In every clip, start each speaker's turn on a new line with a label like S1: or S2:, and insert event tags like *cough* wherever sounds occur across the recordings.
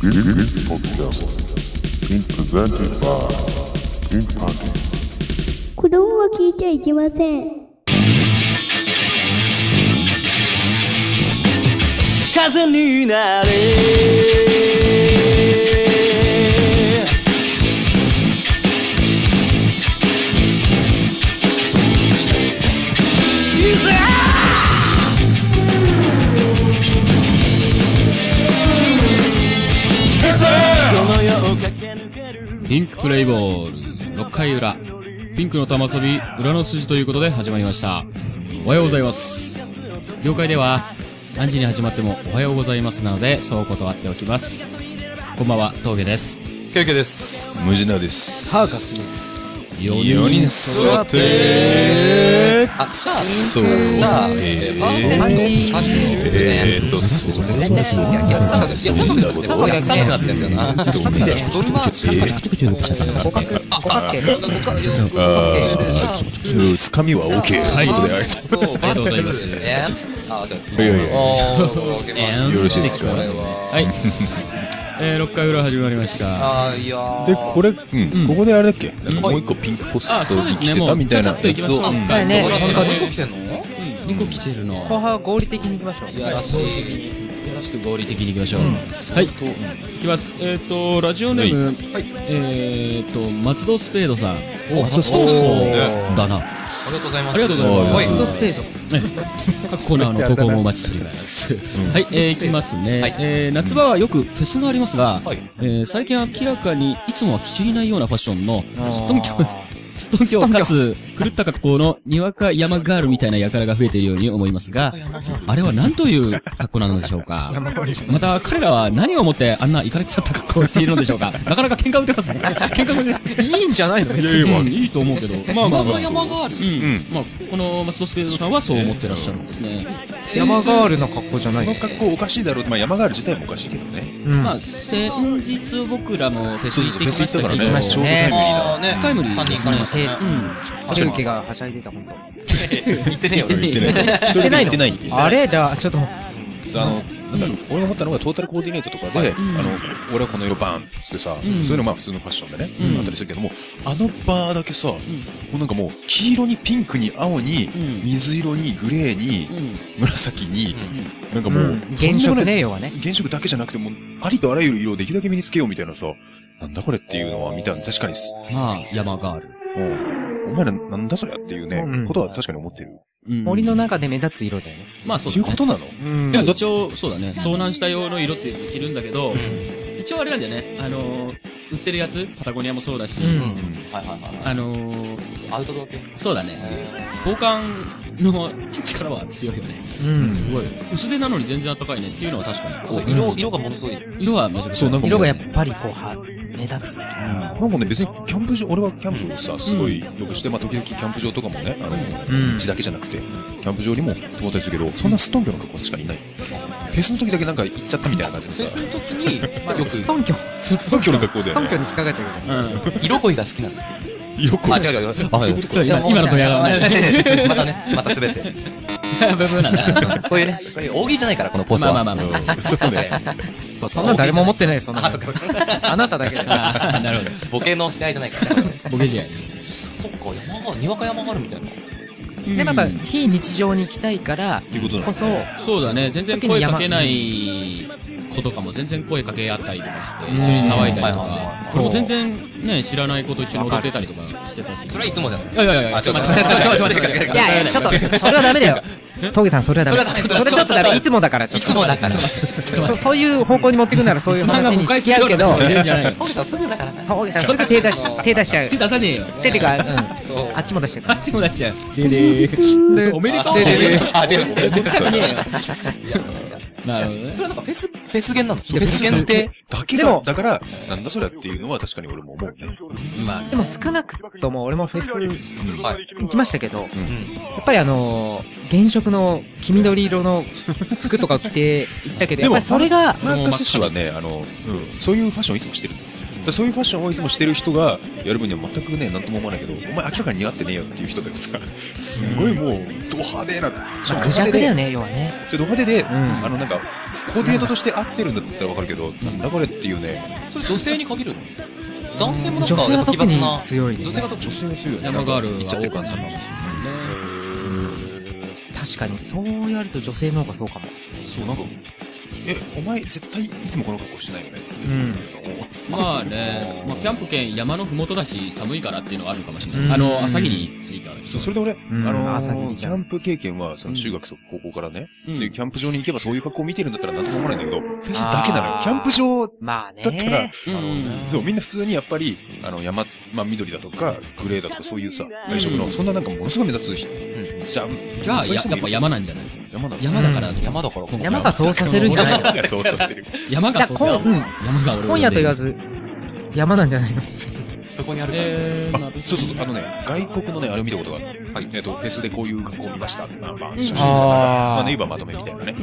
S1: This, this podcast being presented by Pink Hunting.
S2: 子供は聞いちゃいけません。
S3: 風になれいざこの世を駆け抜ける
S4: ピンクプレイボール6回裏ピンクの玉遊び裏の筋ということで始まりましたおはようございます業界では何時に始まってもおはようございますなのでそう断っておきますこんばんは峠です
S5: ケイケです。ムジナです。
S6: サーカスです。
S4: 4
S5: 4人座って、
S7: あ、スタ
S5: そう。
S7: ー、スター、
S5: え
S7: パーセント下げるね。
S5: えーっと、そうだね。
S7: 逆逆三角、いや三角だけど、逆三角になってんだよな。ドルマーク、
S8: 五角形。
S7: 五角形、五角形
S5: あ
S7: でさ
S5: ー、つかみは OK。
S4: はい
S5: とうことで
S4: ありがとうございます
S7: えーあ、
S5: あ
S7: で、
S5: りがとうございます。
S7: おー、
S4: え
S5: よろしいですか
S4: はい、えー、6回裏始まりました
S7: あー、いやー。
S6: で、これ、ここであれだっけ
S5: なんかもう一個ピンクポス
S4: あ
S5: ト
S4: そう
S5: に
S4: です
S5: 来
S4: ね
S5: て
S4: も
S5: た
S4: う
S5: み
S4: ち
S5: た
S4: ゃ
S5: い
S4: ち
S5: な
S4: ゃっと
S5: や
S4: いきま
S5: つ
S4: しょ
S5: を
S4: う、か、
S8: だよね
S7: 素晴らしい
S8: なんかね
S7: もう一個来てんの
S4: うん、2個来てるの
S8: 後半は合理的にいきましょう。
S7: いやらしい。
S4: よろしく合理的にいきましょう、はいいきますえっ、とラジオネーム、えっ、と松戸スペードさんお松戸スペードだな
S7: ありがとうございます。
S4: ありがとうございます
S7: は
S8: ドスペー
S4: ええ各コーナーの投稿もお待ちしております。はい、えー、いきますね。
S7: はい
S4: えー、夏場はよくフェスがありますが、
S7: はい
S4: えー、最近明らかにいつもは着ていないようなファッションの、すっとん *laughs* きょ、すっとんきょかつ、狂った格好のにわか山ガールみたいな輩が増えているように思いますが、あ *laughs* れは何という格好なのでしょう *laughs* かまた彼らは何をもってあんなイカれ腐った格好をしているのでしょう *laughs* かなかなか喧嘩打て *laughs* ますね。喧嘩打ていいんじゃないの別に。うんいいと思うけど。まあまあまあ。
S7: 山がある。
S4: うん。まあ、この松戸スペードさんはそう思ってらっしゃるんですね。
S8: ス。山ガールの格好じゃな
S5: そ
S8: い
S5: の。格好おかしいだろう。まあ、山ガール自体もおかしいけどね。
S8: うん
S4: まあ、先日僕らもフェス
S5: そう
S4: 行っ
S5: そ
S4: て
S5: う、
S4: き
S5: フェ
S4: ま
S5: ス
S4: し
S5: 行った
S4: た
S5: から
S4: けど、
S5: ね。
S8: ま
S5: ち
S8: し
S5: ょ
S8: た
S5: うどタイムリーだ。
S7: あー、ね。
S4: タイムリー
S7: 三人行かない
S8: え
S7: と
S4: う
S7: ね。
S4: ん。
S8: 竹内がはしゃいでた本当。
S7: 行ってねえよ。
S5: 言ってない。一人で行ってないんで。
S8: あれじゃあ、ちょっと、
S5: さあの、なんだろう、俺が思ったのがトータルコーディネートとかで、あの、俺はこの色バーンっつってさ、そういうのまあ普通のファッションでね、あったりするけども、あのバーだけさ、もうなんかもう、黄色にピンクに青に、
S4: ん
S5: 水色にグレーに、
S4: うん。
S5: 紫に、なんかも
S8: う、
S5: うんとん
S8: 現
S5: でも
S8: 職
S5: ない
S8: ね、要はね。
S5: 原色だけじゃなくてもう、ありとあらゆる色をできるだけ身につけようみたいなさ、なんだこれっていうのは見たんで、確かにす、
S4: まあ、山ガール。
S5: うん。お前らなんだそりゃっていうね、
S8: うん
S5: ことは確かに思ってる。
S4: うん。
S8: 森の中で目立つ色だよね。
S4: まあ、そ
S5: っ
S4: う
S5: てい
S4: だ
S5: う
S4: ね
S5: ことなの
S8: うん
S4: いや、一応、そうだね。遭難した用の色って着るんだけど、一応あれなんだよね。あのー、売ってるやつ、パタゴニアもそうだし、
S8: うん
S7: うん。はいはいはいは
S4: あのー、
S7: い。アウトドア系。
S4: そうだね。防寒の力は強いよね。
S8: うん。
S4: すごい。薄手なのに全然暖かいねっていうのは確か
S7: そう
S4: に。
S7: 色、色がものすごい。
S4: 色はめちゃくち
S5: そ
S4: ゃ
S5: う、なんかもう
S8: 色がやっぱりこう、は、目立つ。
S5: なんかね、別にキャンプ場、俺はキャンプをさ、すごいよくして、まあ時々キャンプ場とかもね、あの、
S8: ん
S5: 道だけじゃなくて、キャンプ場にも泊まったりするけど、そんなストンキョの格好は確かにいない。フェスの時だけなんか行っちゃったみたいな感じで
S7: フェス
S5: さ、
S7: の時に、
S8: まあ、
S7: よ
S8: ストンキョ。
S5: ストンキョの格好だ
S8: ス
S5: よ
S8: トンキ
S5: ね。
S8: ョに引っかかっちゃうけどね。
S5: *laughs*
S4: うん。
S7: く、色恋が好きなんですよ。
S5: よく
S7: あ、違う違う違う。あ、そういうことか。
S4: 今今のドヤ顔ね。
S7: またね、また滑って。
S4: ブブなんだ。
S7: こういうね、こういう大喜利じゃないから、このポスト
S4: まあ
S7: は。
S4: まあまあまあ。
S5: ちょっとね、
S8: そんな誰も思ってないよ、そんな
S7: あ、
S8: の
S7: そっ。かそっか。
S8: あ *laughs* なただけだよ。
S4: あーなるほ
S7: ボケの試合じゃないから。
S4: ど。ボケ試合。
S7: そっか、山が、にわか山があるみたいな。
S8: でもやっぱ、非日常に行きたいから
S5: ていうことな、ん
S8: こ
S5: です
S8: そ、
S4: そうだね。全然声かけない子とかも全然声かけ合ったりとかして、一緒に騒いだりと
S7: はいはい
S4: か
S7: は。
S4: これも全然ね、知らない子と一緒に踊ってたりとかしてたし。
S7: それはいつもじゃないです
S4: い
S7: か。
S4: やいやいや、
S7: あ
S4: ち
S7: ち
S4: ょ
S7: ょ
S4: っ
S7: っ
S4: と
S7: と
S4: 待
S7: 待
S4: っ、
S7: ってて
S4: ちょっと待って、ちょっと待って。
S8: いやいや、ちょっと、それはダメだよ。トゲさん、それはダメ。
S7: それはダメ
S8: それちょっとダメ。いつもだから、ち
S7: い
S8: ょっ
S7: つ
S8: と
S7: も。だから。
S8: そそういう方向に持ってくならそういう
S4: なんか
S8: 話
S4: 誤
S8: に
S4: 解
S8: 付
S4: す
S8: き合
S4: る
S8: うけど、
S4: 全然じゃない。
S7: トゲさんすぐだからな。
S8: ほうそれが手出し、手出しちゃう
S4: 手。出さねえよ。
S8: 手てか、うん
S7: そう。
S8: あっちも出しちゃう
S4: あ
S8: か
S4: っちも出しちゃう。で、おめでとう
S7: あ、
S8: で
S7: ジェ
S8: で
S7: ームス。あ、ジェームス。
S5: ちょっとね、
S4: なるほどね
S7: それ。はなんかフェス、フェス限なのフ
S5: いや
S7: ェス限定。
S5: だけ
S8: で
S5: が、
S8: も
S5: だから、なんだそりゃっていうのは確かに俺も思うね。
S7: まあ
S8: ら。でも少なくとも俺もフェス
S7: はい。
S8: 行きましたけど、
S7: う
S8: や
S7: ん。
S8: っぱりあのー、原色の黄緑色の服とかを着て行ったけど、
S5: で
S8: やっ
S5: も
S8: ぱりそれが、
S5: マーカス氏はね、あの、うんそういうファッションいつもしてるんだよ。でそういうファッションをいつもしてる人がやる分には全くね、なんとも思わないけど、お前明らかに似合ってねえよっていう人とかさ、すごいもう、ド派手な、しかもド
S8: まあ、愚
S5: 派手
S8: 弱だ
S5: で
S8: よね、要はね。
S5: ちょっと派手で、
S8: ん
S5: あのなんか、コーディネートとして合ってるんだったらわかるけど、なんだこれっていうね、
S7: それ女性に限るの男性もなんか
S8: 女性
S7: やっ
S8: は
S7: ぱ奇
S8: 特
S7: 抜
S8: に
S7: な。
S8: 強いね、
S7: 女性が特に。
S5: 性強いよ
S4: 山ガール
S5: いっ
S4: は
S5: ちゃっ
S4: 多
S5: てる
S4: か
S5: 感
S4: った
S5: じ
S4: かもしれないね。
S8: 確かに、そう言われると女性の方がそうかも。
S5: そう、なんか、え、お前絶対いつもこの格好しないよねって
S8: う
S5: いうんのを
S4: まあね、まあ、キャンプ兼山のふもとだし、寒いからっていうのはあるのかもしれない。
S8: うん
S4: あの、朝霧に着いたらね。
S5: そうそれで俺、
S8: ん
S5: あの
S8: 朝霧
S5: ー、
S8: じ
S5: キ
S8: ゃん
S5: ャンプ経験は、その中学と高校からね、
S4: うん
S5: で、キャンプ場に行けばそういう格好を見てるんだったらなんとも思わないんだけど、フェスだけなのよ。キャンプ場だ
S8: まあね。
S5: ったら、
S4: うん
S5: あの、
S4: うん
S5: そう、みんな普通にやっぱり、あの、山、まあ、緑だとか、グレーだとか、そういうさ、外食の、
S4: うん
S5: そんななんかものすごい目立つ人、じゃあ、
S4: じゃあ、
S5: そういう
S4: や
S5: 人も
S4: や
S5: い
S4: っ
S5: る
S4: ぱ山なんじゃない
S5: 山なの
S4: 山だから、
S7: 山だから
S4: 今回は
S8: 山がそうさせるんじゃないの
S5: いや、そうそうしてる。
S4: 山がそうさせる
S8: だから。
S4: 山が俺を呼んでる
S8: 今夜と言わず、山なんじゃないの
S7: そこにあるから。
S4: えー、な *laughs*
S5: あ
S4: るほ、ど
S5: そうそうそう、あのね、外国のね、あれを見たことがある。はい。えっと、フェスでこういう格好を見ました。まあ、まあ、写真とか、
S8: あー
S5: まあね、今まとめみたいなね。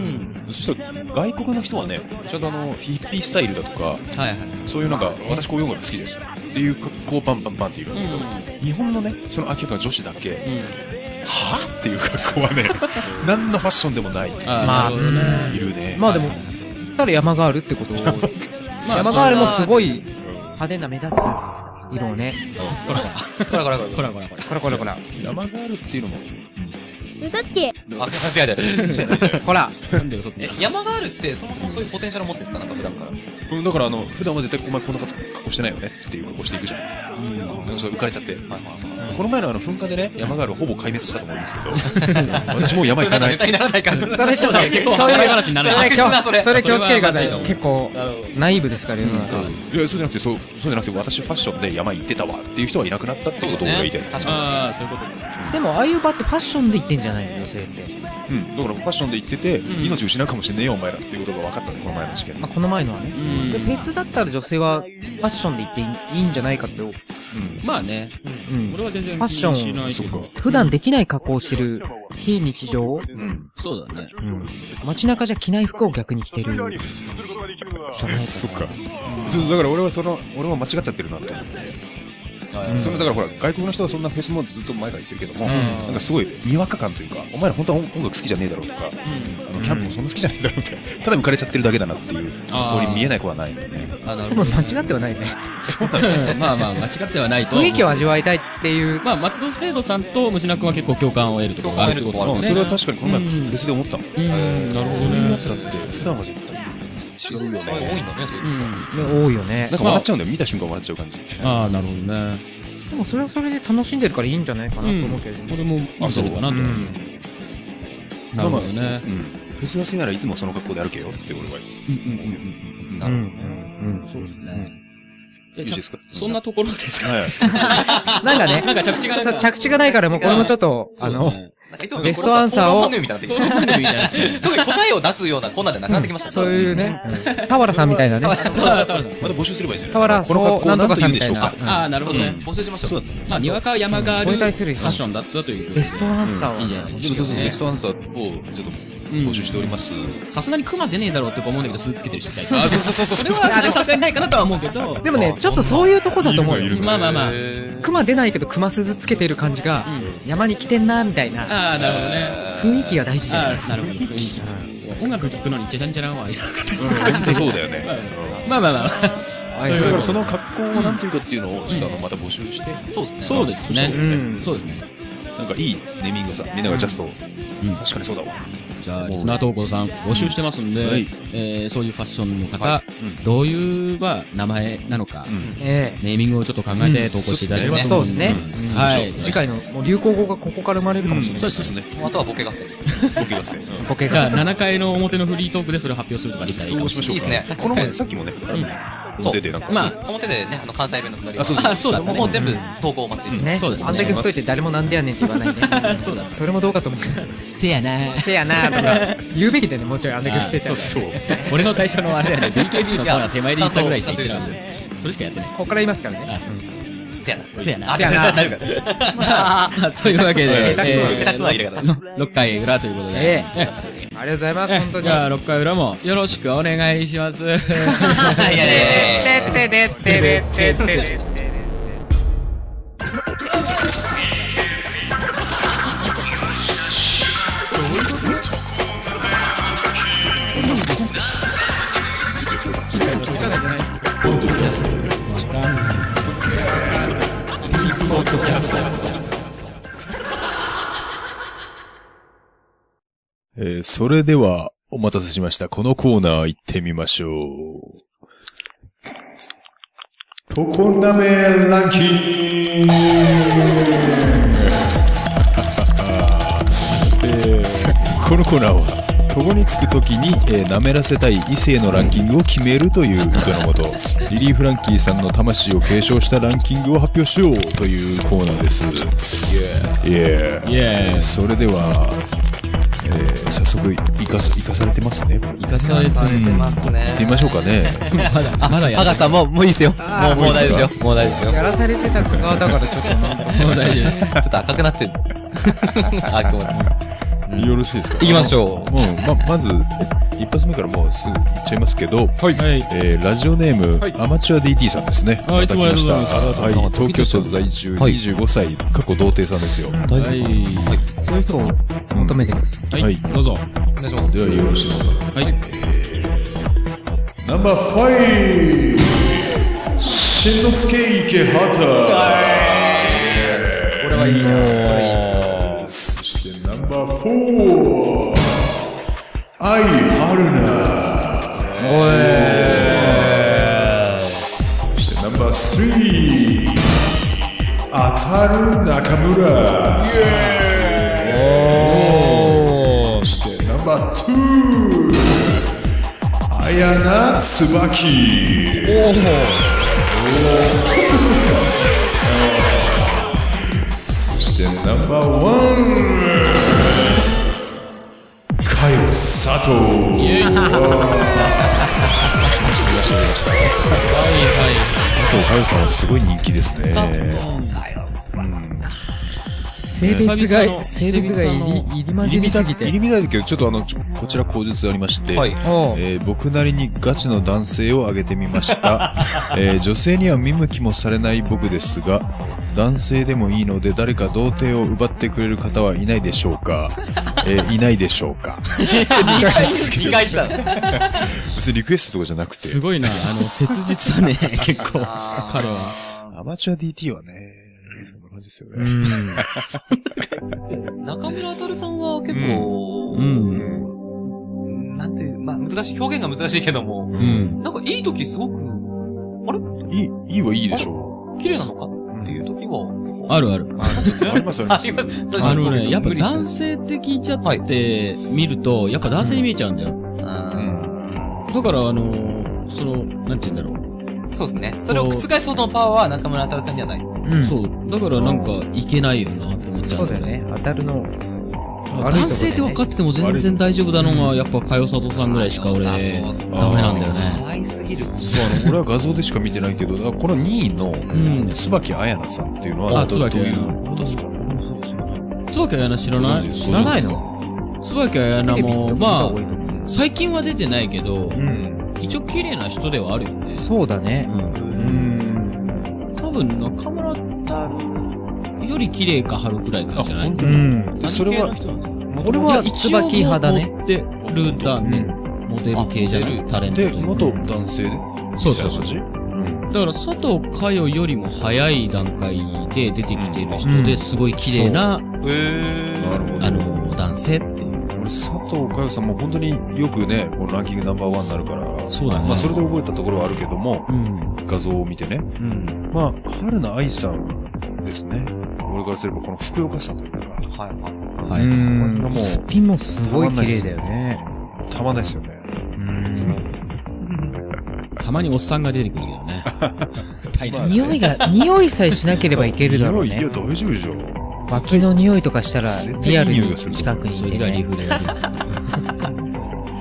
S5: そしたら、外国の人はね、ちゃんとあの、ヒッピースタイルだとか、
S4: はいはい。
S5: そういうなんか、私こういう音楽好きです。っていう格好をバンバンバンって言うんだけど、日本のね、その明らかな女子だけ、はぁっていう格好はね、何のファッションでもない。
S4: あ
S8: まあ
S4: あ、なるほどね。
S5: いるね。
S8: まあでも、たら山ガールってことを、
S4: まあ
S8: 山ガールもすご
S4: い。
S8: い派手な目立つ色をね。
S7: こらこらこらこ
S4: ほ
S7: ら。
S4: らほらほら。
S8: こらこらこら。
S5: 山ガールっていうのも、
S2: 嘘つき
S7: あ、違う違う違う。
S8: こら
S4: なんで嘘つく
S7: え、山があるって、そもそもそういうポテンシャル持ってるんですかなんか普段から。
S5: うんだからあの、普段は絶対お前こんな格好してないよねっていう格好していくじゃん。うん。そう浮かれちゃって。この前のあの噴火でね、山ガールほぼ壊滅したと思うんですけど、私もう山行かない。
S7: 絶対ならない感じ。
S8: そ
S7: *laughs*
S8: れちょっと、
S4: 結構
S8: そう
S4: 話
S8: いう、
S4: 話にならない
S8: それ今日
S7: それ
S8: それ気をつけてください
S4: それはまずいと思。う
S8: 結構、ナイーブですから、世の中
S5: いや、そうじゃなくて、そう、そうじゃなくて、私ファッションで山行ってたわっていう人はいなくなったっていうことを俺は言いたい。
S7: 確か
S4: ああ、そういうことです。
S8: でも、ああいう場ってファッションで行ってんじゃないの女性って。
S5: うん。だからファッションで行ってて、
S4: ん
S5: 命失うかもしれねえよ、お前らっていうことが分かったね、この前の事件。
S8: まあ、この前のはね。
S4: ん
S8: で、フェスだったら女性はファッションで行っていいいいんじゃないかって。う
S4: まあね。
S8: ん。
S4: 俺は全然
S8: ファッション
S4: 気にしないけど
S5: そっか。
S8: 普段できない格好をしてる非日常を、
S4: そうだね。
S8: 街中じゃ着ない服を逆に着てる。じゃないかな
S5: そっか。そうそう、だから俺はその、俺は間違っちゃってるなって思って。そのだからほら、外国の人はそんなフェスもずっと前から言ってるけども、なんかすごい、にわか感というか、お前ら本当は音音楽好きじゃねえだろうとか、あのキャンプもそんな好きじゃねえだろうみたいな、ただ浮かれちゃってるだけだなっていう、
S4: あー
S5: ここに見えない子はないんだよね。
S4: あ、な
S8: で
S4: る
S8: も
S4: ほど。
S8: 間違ってはないね。
S5: そうなのよ。
S4: まあまあ、間違ってはないと。
S8: 雰囲気を味わいたいっていう。
S4: まあ、松戸ステードさんと虫名君は結構共感を得るところがあるってことだもん
S5: うん
S4: ね。
S5: それは確かにこの前、フェスで思ったもん。こ
S4: うん、なるほ
S5: う
S4: ど
S5: いう
S4: ね。
S5: 奴らって、普段は絶対
S7: に。
S5: 違うよ
S7: 多いん
S5: ね。
S7: だね、そういうう。
S4: ん。
S8: ね多いよね
S5: な。んか笑っちゃうんだよ、見た瞬間笑っちゃう感じ。
S4: ああ、なるほどね。
S8: でもそれはそれで楽しんでるからいいんじゃないかなと思うけどね。
S4: これも、あ、そうかなと思う。
S8: うん
S4: なるほどね
S5: う。ん。フェスが好きならいつもその格好で歩けよって俺は言う。
S4: うんうんうんうん。
S7: な
S8: うん
S7: る
S8: う
S7: ほ
S8: ん
S7: どね。
S8: うん。
S4: そうですね。え、
S5: いい
S4: ち
S5: で
S4: ょ
S5: すか
S4: そんなところですか
S5: はい。
S8: なんかね、
S4: なんか着地がなんか
S8: 着地がないからもうこれもちょっと、あ
S7: なん
S8: の、
S7: かいつも
S8: ベストアンサーを
S7: 討論番組みたいになってきた
S4: みたい
S8: *laughs*
S4: な。
S7: 特に答えを出すようなコーナーでなくなってきましたね。
S8: そういうね、田原さんみたいなね。
S5: また募集すればいいんじゃない
S8: 田原
S5: この格
S8: そう、
S5: 好
S8: な
S5: を何
S8: んとか
S5: と言
S8: さん
S5: うで
S8: みた
S5: し
S8: い
S5: ょう
S8: な
S5: か。。
S4: ああ、なるほどね。
S7: 募集しまし
S5: そ
S7: ょ
S5: う
S7: う
S5: だ。ね。
S4: まあ、にわか山があるフ
S8: うんこれに対する
S4: ァッションだったという
S8: ベストアンサーを。
S4: いいんじゃない
S5: でもそうそう、ベストアンサーをちょっと募集しております。
S4: さすがに熊出ねえだろうって思うんだけど、スーツ着てる人いたりして
S5: あ、そうそうそう
S4: そ
S5: そ
S4: れ
S5: う
S4: は、それさすがにないかなとは思うけど。
S8: でもね、ちょっとそういうとこだと思うよ。
S4: まあまあまあ。
S8: 熊出ないけど熊鈴つけてる感じが、山に来てんな、みたいな。
S4: ああ、なるほどね。
S8: 雰囲気が大事だよ
S4: あ
S8: ね。
S4: あ、なるほど。雰囲気音楽聴くのに、じゃじゃんじゃらんはいらなかったです
S5: そう。本当そうだよね。
S4: まあまあまあ。
S5: はい、それからその格好を何というかっていうのを、ちょっとあの、また募集して、
S7: そうですね。
S4: そうです
S8: う
S4: ね。
S8: ん。
S4: そうですね。
S5: なんかいいネーミングをさ、みんながジャスト、確かにそうだわ。
S4: じゃあ、リスナー投稿さん募集してますんで、
S5: はい
S4: えーそういうファッションの方、
S7: は
S4: どういう、まあ、名前なのか、
S5: ん
S8: え
S4: ネーミングをちょっと考えて投稿していただければと
S8: そう
S4: 思い
S8: です
S4: ま
S8: ね
S4: す。はい。
S8: え。次回のもう流行語がここから生まれるかもしれない。
S4: そうですね。
S7: あとはボケ合戦ですよ。
S5: ボケ合戦。うん
S8: ボケ
S4: じゃ
S8: が
S4: あ、。7回の表のフリートークでそれを発表するとかできたらいいか
S5: そ
S4: も
S5: う
S4: しれ
S5: しま
S4: ない。
S5: しょ
S7: いいですね
S5: うか。この前、さっきもね、表でなんか、
S4: まあ
S7: 表でね、あの、関西弁のくだり
S5: あそうそう
S4: そうだね
S7: もう全部投稿お待ちしてま
S8: ね。
S4: そうですね
S8: あんだけ太いて誰もなんでやねんって言わないね。そうだ。それもどうかと思う。
S4: せやな
S8: せやなとか、 *laughs* 言うべきだよね、もうちょいあんだけ太いてたら。
S5: そう。
S4: 俺の最初のあれだよね、BKB のコーナー手前で言ったぐらいしか言ってなか
S7: い
S4: った。それしかやってない。
S8: ここから言いますからね。
S4: あ、そう。
S7: せやな。
S4: せやな
S7: あ、せやな。大丈夫か。
S8: *laughs*
S4: まあ、というわけ *laughs* で、
S7: *laughs* 下手くそな入れ方だ
S4: 6回裏ということで、
S8: えありがとうございます、本当に。
S4: じゃあ6回裏もよろしくお願いします。
S7: *laughs*
S4: *laughs*
S7: いやいやいや。
S8: てててててててて
S5: えーそれでは、お待たせしました。このコーナー行ってみましょう。とこなめランキング *laughs* えーこのコーナーは、とこにつくときに、えー、舐めらせたい異性のランキングを決めるという意図のもと、 *laughs* リリー・フランキーさんの魂を継承したランキングを発表しようというコーナーです。イエーイ。
S4: Yeah
S5: それでは、えー早速生かす、生かされてますね。これ行っ
S4: いかされ
S7: されてますね。
S5: てみましょうかね。
S4: まだ、まだや
S7: ア
S4: っ
S7: ガさんもう、もういいですよ。もう、もう大丈夫ですよ。もう大丈夫ですよ。
S8: やらされてた側だからちょっとなんか。
S4: もう大丈夫です。
S7: ちょっと赤くなってる。あ、ごめん。
S5: *laughs* よろしいですか
S7: 行きましょ
S5: もう、ま、まず、一発目からもうすぐ行っちゃいますけど、
S4: はい。
S5: えーラジオネーム、アマチュア DT さんですね。
S4: あいつもありがとうございます
S5: た来したはい、東京都在住
S7: はい
S5: 25歳、過去童貞さんですよ。は
S4: はい。
S8: そういう人を求めてます。
S4: はい。
S5: はい
S4: どうぞ。
S7: う。お願いします。
S5: ではよろしいですか
S4: はい。
S5: ナンバーファイブしんのすけ池畑
S7: これはいいな。これいいですよ。
S5: そしてナンバーフォー愛あるなそしてナンバースリー当たる中村そしてナンバーツー綾菜椿そしてナンバーワンかよ佐藤佐藤かよさんはすごい人気ですね
S8: 性別
S4: 久々
S8: が、
S4: の
S8: 性別が入り、入り混じりすぎ
S5: 入
S8: て。
S5: り乱れてるけどちょっとあのちょこちら口述ありまして、
S7: はい。
S8: おう
S5: えー僕なりにガチの男性を挙げてみました、えー女性には見向きもされない僕ですが男性でもいいので誰か童貞を奪ってくれる方はいないでしょうか、えーいないでしょうか
S7: 次回行ったの。
S5: *laughs* 別にリクエストとかじゃなくて
S4: すごいな。あの、切実だね、結構。彼は。
S5: アマチュア DT はねそんな感じですよね、
S7: 中村あたるさんは結構、うんなんていう、まあ難しい、表現が難しいけども、
S4: うん。
S7: なんかいい時すごく、
S5: いいいいはいいでしょ
S7: 綺麗なのかっていう時は、
S4: あるある。
S5: うありますあり
S7: あ
S5: ま
S7: り
S5: す
S7: ます。
S4: あのね、やっぱ男
S7: 性、
S4: 性って聞いちゃって見ると、やっぱ男性に見えちゃうんだよ。だから、あのー、その、なんて言うんだろ
S7: そうですね。それを覆すほどのパワーは中村あたるさんにはないです。
S4: う。そう。だからなんか、いけないよなって思っちゃ
S8: そううんだよ
S4: よ。
S8: ね。当たるの。
S4: 男性って分かってても全然大丈夫だのが、やっぱ、かよさとさんぐらいしか俺、ダメなんだよね。
S7: 可愛すぎる。
S5: そうあの俺は画像でしか見てないけどだからこの2位の
S4: ん
S5: 椿彩菜さんっていうの
S4: あ
S5: はどどう
S4: 椿
S5: い
S4: 彩菜
S5: うことですか
S4: 椿綾菜知らない
S5: 知らない
S4: の椿綾菜も、まあ、最近は出てないけど、一応綺麗な人ではあるよね。
S8: そうだね。
S4: 多分中村太郎より綺麗か春くらいかじゃない
S8: うん。
S5: でそれは
S8: 俺は椿派だね。
S4: で、ルーターね、モデル系じゃな
S7: あモデ
S4: い、
S7: ル
S4: タレントとい
S5: で
S4: うか。
S5: 元男性で
S4: そうそうそう。
S5: う
S4: だから佐藤佳代よりも早い段階で出てきてる人ですごい綺麗な、
S7: え
S5: なるほど
S4: あの、男性っていう。
S5: 俺佐藤佳代さんも本当によくねこのランキングナンバーワンになるから
S4: そうだね
S5: まあそれで覚えたところはあるけども
S4: うん。
S5: 画像を見てね
S8: うん。
S5: まあ春菜愛さんですね俺からすればこの福岡さんというか
S7: ー。はいは
S4: はい。
S7: い。
S5: これがもう
S8: スピンもすごい綺麗だよね。
S5: たまんないですよね
S4: たまにおっさんが出てくるけどね。
S8: *laughs*
S4: 大変
S8: 匂いが、匂いさえしなければいけるだろう
S5: いやいや
S8: ね。
S5: 大丈夫でしょ
S8: 脇の匂いとかしたら
S5: 絶、対いい
S8: リアル
S5: 匂い
S8: に
S5: がする
S8: 近く
S4: そ
S8: に
S4: れ
S8: い
S4: が
S8: て
S4: リ
S8: ね。
S4: フレです。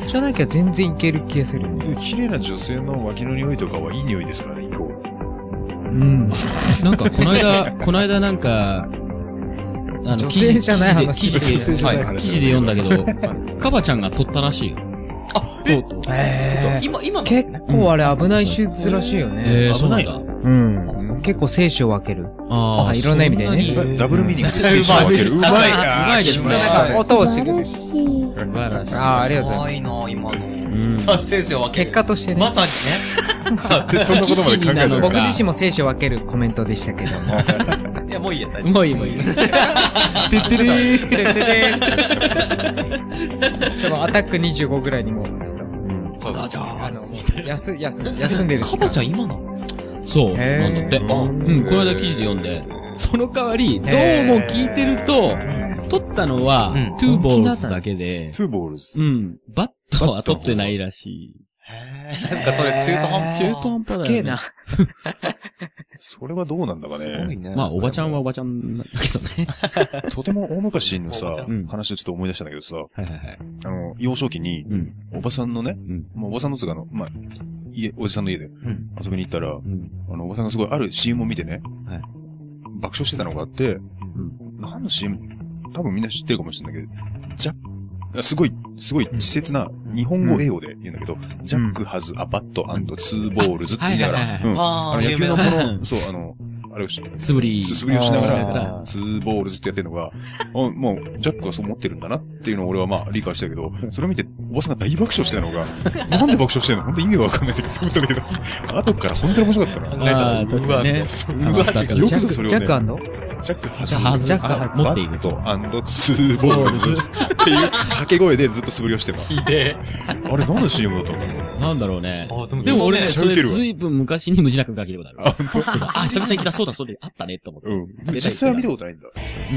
S8: じゃなきゃ全然いける気がするよね。
S5: で綺麗な女性の脇の匂いとかはいい匂いですからね以降
S7: う
S4: うん。なんか、この間、この間なんか、あの、
S8: 女
S4: 記
S8: 性
S4: 事
S8: じゃない話
S4: 記事
S8: 女性
S4: で、記事
S8: じ
S4: で
S8: ゃな
S4: はいい、記事で読んだけ
S8: *laughs*
S4: ど、カバちゃんが取ったらしいよ。
S7: あ、
S4: とうとう。
S8: えー
S7: 今、今の
S8: 結構あれ危ない手術らしいよね。
S4: えー、そうなんだ。
S8: うん。結構生死を分ける。
S4: あ
S8: あ、いろんな意味でね。
S7: ね。
S5: ダブルミーニングで青春を分ける。うまいな
S4: うまいです
S5: 来
S4: ね
S5: ましたね。
S8: 音をしてくれる。
S4: 素晴らしい。
S8: あー、ありがとうござい
S7: 可
S8: ます。
S7: 愛いな、今
S4: ん
S7: の。さあ、ステージを分ける
S8: 結果としてね。
S7: まさにね。さ
S5: で、そんなことまで考えてる。
S8: 僕自身も生死を分けるコメントでしたけども。
S7: あ、いや、もういいや、大丈
S4: もういいもういい。
S8: てってれーてってれ *laughs* ーそのアタック25ぐらいにもう、ちょっ
S7: 夫。
S8: と、
S7: そうだ、じゃ
S8: あ
S7: あ。
S8: の、休、休ん、休んでる
S7: カ
S8: 時
S7: バ
S8: 間。
S7: ちゃん今なの
S4: そう、
S8: へー
S4: なんだって。うん、この間記事で読んで。その代わり、どうも
S8: へー
S4: 聞いてると、取ったのは
S7: うん、
S4: トゥーボールズだけで、
S5: ツーボールズ。
S4: うん、バットは取ってないらしい。
S7: なんかそれ中途半端。
S4: 中途半端だ
S8: けえ
S4: よね
S8: な。。
S5: それはどうなんだか
S7: すごい
S5: ね。
S7: ね。
S4: まあ、おばちゃんはおばちゃんなんだけどね。
S5: とても大昔のさ
S4: うん、
S5: 話をちょっと思い出したんだけどさ、
S4: はいはいはい。
S5: あの、幼少期に、
S4: うん。
S5: おばさんのね、
S4: ん
S5: まあおばさんのつうかあの、まあ、家、おじさんの家で
S7: ん
S5: 遊びに行ったら、
S4: ん
S5: あの、おばさんがすごいある CM を見てね、
S4: はい
S5: 爆笑してたのがあって、何の CM? 多分みんな知ってるかもしれないけど、ジャック、すごい、すごい稚拙な日本語英語で言うんだけど、ジャックハズアパットツーボールズって言いながら
S4: はいはい、
S5: うん
S7: あー
S5: あの野球のこ
S4: 有名な
S5: の、 *laughs* そう、あの、あれをし
S4: 素振り。
S5: 素振りをしなが
S4: あ
S5: ら、ツーボールずっとやってるのが、あもう、ジャックはそう思ってるんだなっていうのを俺はまあ理解したけど、それを見て、おばさんが大爆笑してたの
S7: *laughs*
S5: が、なんで爆笑してんの本当意味がわかんないって思ったけど、後から本当に面白かったな。
S4: ああ、確かにね。うわ、だから
S5: よ
S4: よ
S5: く
S8: ジ
S5: ぞ
S8: ャ
S5: それを
S8: ック、
S5: ね
S8: ジャックアンド
S5: ジャックは
S4: ジャックはずジャックはず持っている
S5: バットツーボールズっていう掛け声でずっと素振りをしてた。
S7: ひで
S5: あれ何の CM だったのかな
S4: くなんだろうね。
S7: あでも
S4: でも俺、
S7: めっち
S5: ゃ
S4: そ
S5: 見て
S4: れ
S5: るわ
S4: ずいぶん昔に無事なく書きたことある。
S5: あ、本当
S4: そうだあ、久々に来た、そうだ、そうだ、あったね、と思って。
S5: うん。でも実際は見たことないん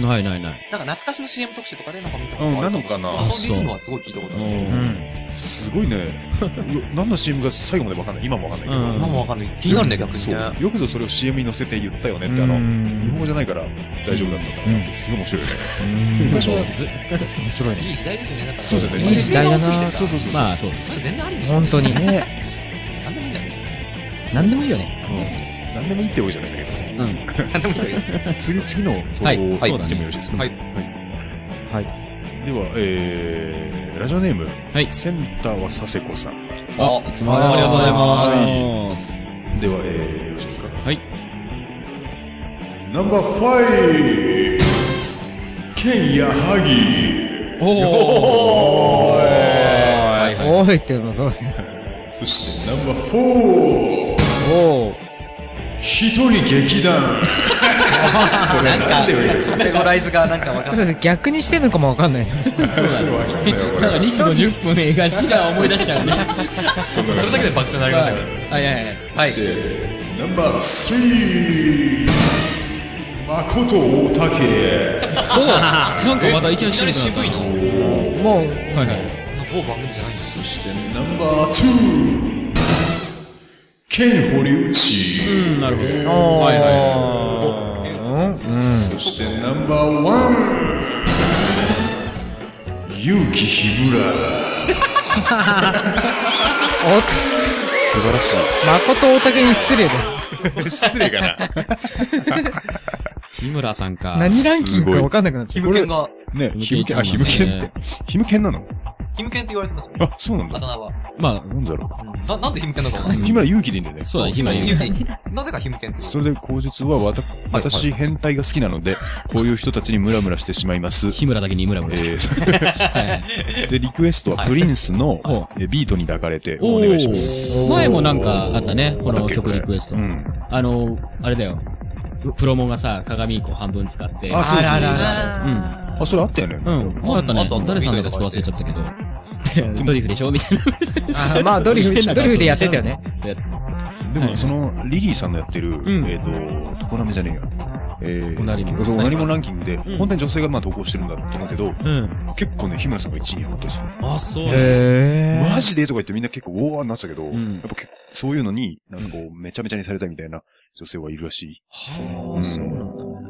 S5: だ。
S4: ないないない。
S7: なんか懐かしの CM 特集とかでなんか見たこ
S5: う
S7: と
S5: ん
S7: ある
S5: なのかな
S7: あそのリズムはすごい聞いたことある。
S5: すごいね。うわ何の CM が最後までわかんない。今もわかんないけど。
S4: うん
S7: 今もわかんない。気になるね、逆に
S5: そ
S7: ね。
S5: う。よくぞそれを CM に載せて言ったよねって、あの、日本語じゃないから大丈夫だったからなって、すごい面白いよね。昔は、
S4: ず面白いね。
S7: いい時代ですよね、だから。
S5: そうですよね
S7: みんな時代が多すぎて
S5: そ
S7: さ
S5: う。そうそう。
S4: まあ、そうです。
S7: それ全然ありにして
S8: 本当に。
S5: ね
S7: なんでもいいんだよ。
S8: なんでもいいよね。
S5: うん。何でもいいってわけじゃないんだけど、
S4: うん。
S7: なんでもいいんだよ。
S5: 次、次の投稿を
S4: はい
S5: 行
S4: はい
S5: ってもよろしいですか
S7: はい
S5: は。
S8: はいい
S5: では、えー、ラジオネーム、
S4: はい
S5: センターは佐世子さん。
S4: あ、いつもありがとうございます。
S5: では、えー、よろしいですか
S4: はい。
S5: ナンバーファイブケンヤハギ
S4: おー。はいはい。
S8: おーいっていうのどうだよ
S5: そしてナンバーフォー
S8: おー。
S5: 一人劇団これなんで言う
S7: カテゴライズがなんかわかんない。
S8: そうそう逆にしてんのかもわかんないね。
S4: なんか2時50分映画しら思い出しちゃうね。
S5: そんな
S7: それだけで爆笑になりましたけど。
S4: *laughs* はいはいはい。
S7: はい。
S5: ナンバースリー誠大
S4: *laughs*
S5: 竹
S4: なんかまたいきなり
S7: いきなり渋いの。
S8: もう、
S4: はいはい。
S7: 某番組じゃない
S5: そしてナンバーツーケン堀内、
S4: うん、なるほど。
S8: おー。
S4: はいはい
S8: うん
S5: そしてナンバーワン結城日村
S8: おっと
S5: 素晴らしい
S8: 誠大竹に失礼だよ。
S5: 失礼かな
S4: 日村さんか。
S8: 何ランキングかわかんなくなっちゃ
S7: キムケンが、
S5: ね
S4: ム
S5: ひ
S4: ケン
S5: むけん、あ、ひむけんって。ひむけんなの
S7: キムケンって言われてますよ。
S5: あ、そうなん
S7: あだ
S5: だ。
S7: 名は。
S4: まあ、
S5: なんだろ
S7: な、なんでヒムケンだと思わ
S5: う。
S7: ない
S5: 日村勇気でいいんだよね。
S4: そうだ、日村
S7: ゆ
S4: ゆ
S7: うきなぜかヒムケンって言う。
S5: それで口述は、わた、私、変態が好きなので、こういう人たちにムラムラしてしまいます。
S4: 日村だけにムラム
S5: え
S4: ラしてる。
S5: ーで、リクエストは、プリンスの
S4: は、
S5: えビートに抱かれて、
S4: *laughs* お
S5: お願いしま
S4: ー
S5: す。
S4: 前もなんかあったね、こ
S5: だ
S4: の
S5: っけ
S4: 曲リクエスト
S5: これう。ん。
S4: あの、あれだよ。ププロモがさ、鏡こう半分使って。
S5: あ、そうそうそう。
S7: あ
S5: あ、それあったよね。
S4: うん。もうあった
S7: あ
S4: ね
S7: ったあっ。た
S4: 誰さんだかちょっと忘れちゃったけど。ドリフでしょみたいな。
S8: う。あまあ、ドリ
S4: *laughs*
S8: フ、
S4: 変な
S8: ドリフでやってたよね。。
S4: やつ
S5: でも、その、リリーさんのやってる、えっと、常滑じゃねえや。えー、
S4: おなりも
S5: そう、おなりもランキングで、本当に女性がまあ投稿してるんだと思うけど、
S4: うん。
S5: 結構ね、日村さんが1位に上がったりする。
S4: あ、そう。
S8: へ
S5: マジでとか言ってみんな結構、おーになってたけど、
S4: ん
S5: やっぱ結構、そういうのに、なんかこう、めちゃめちゃにされたみたいな女性はいるらしい。
S4: あーそうなんだね。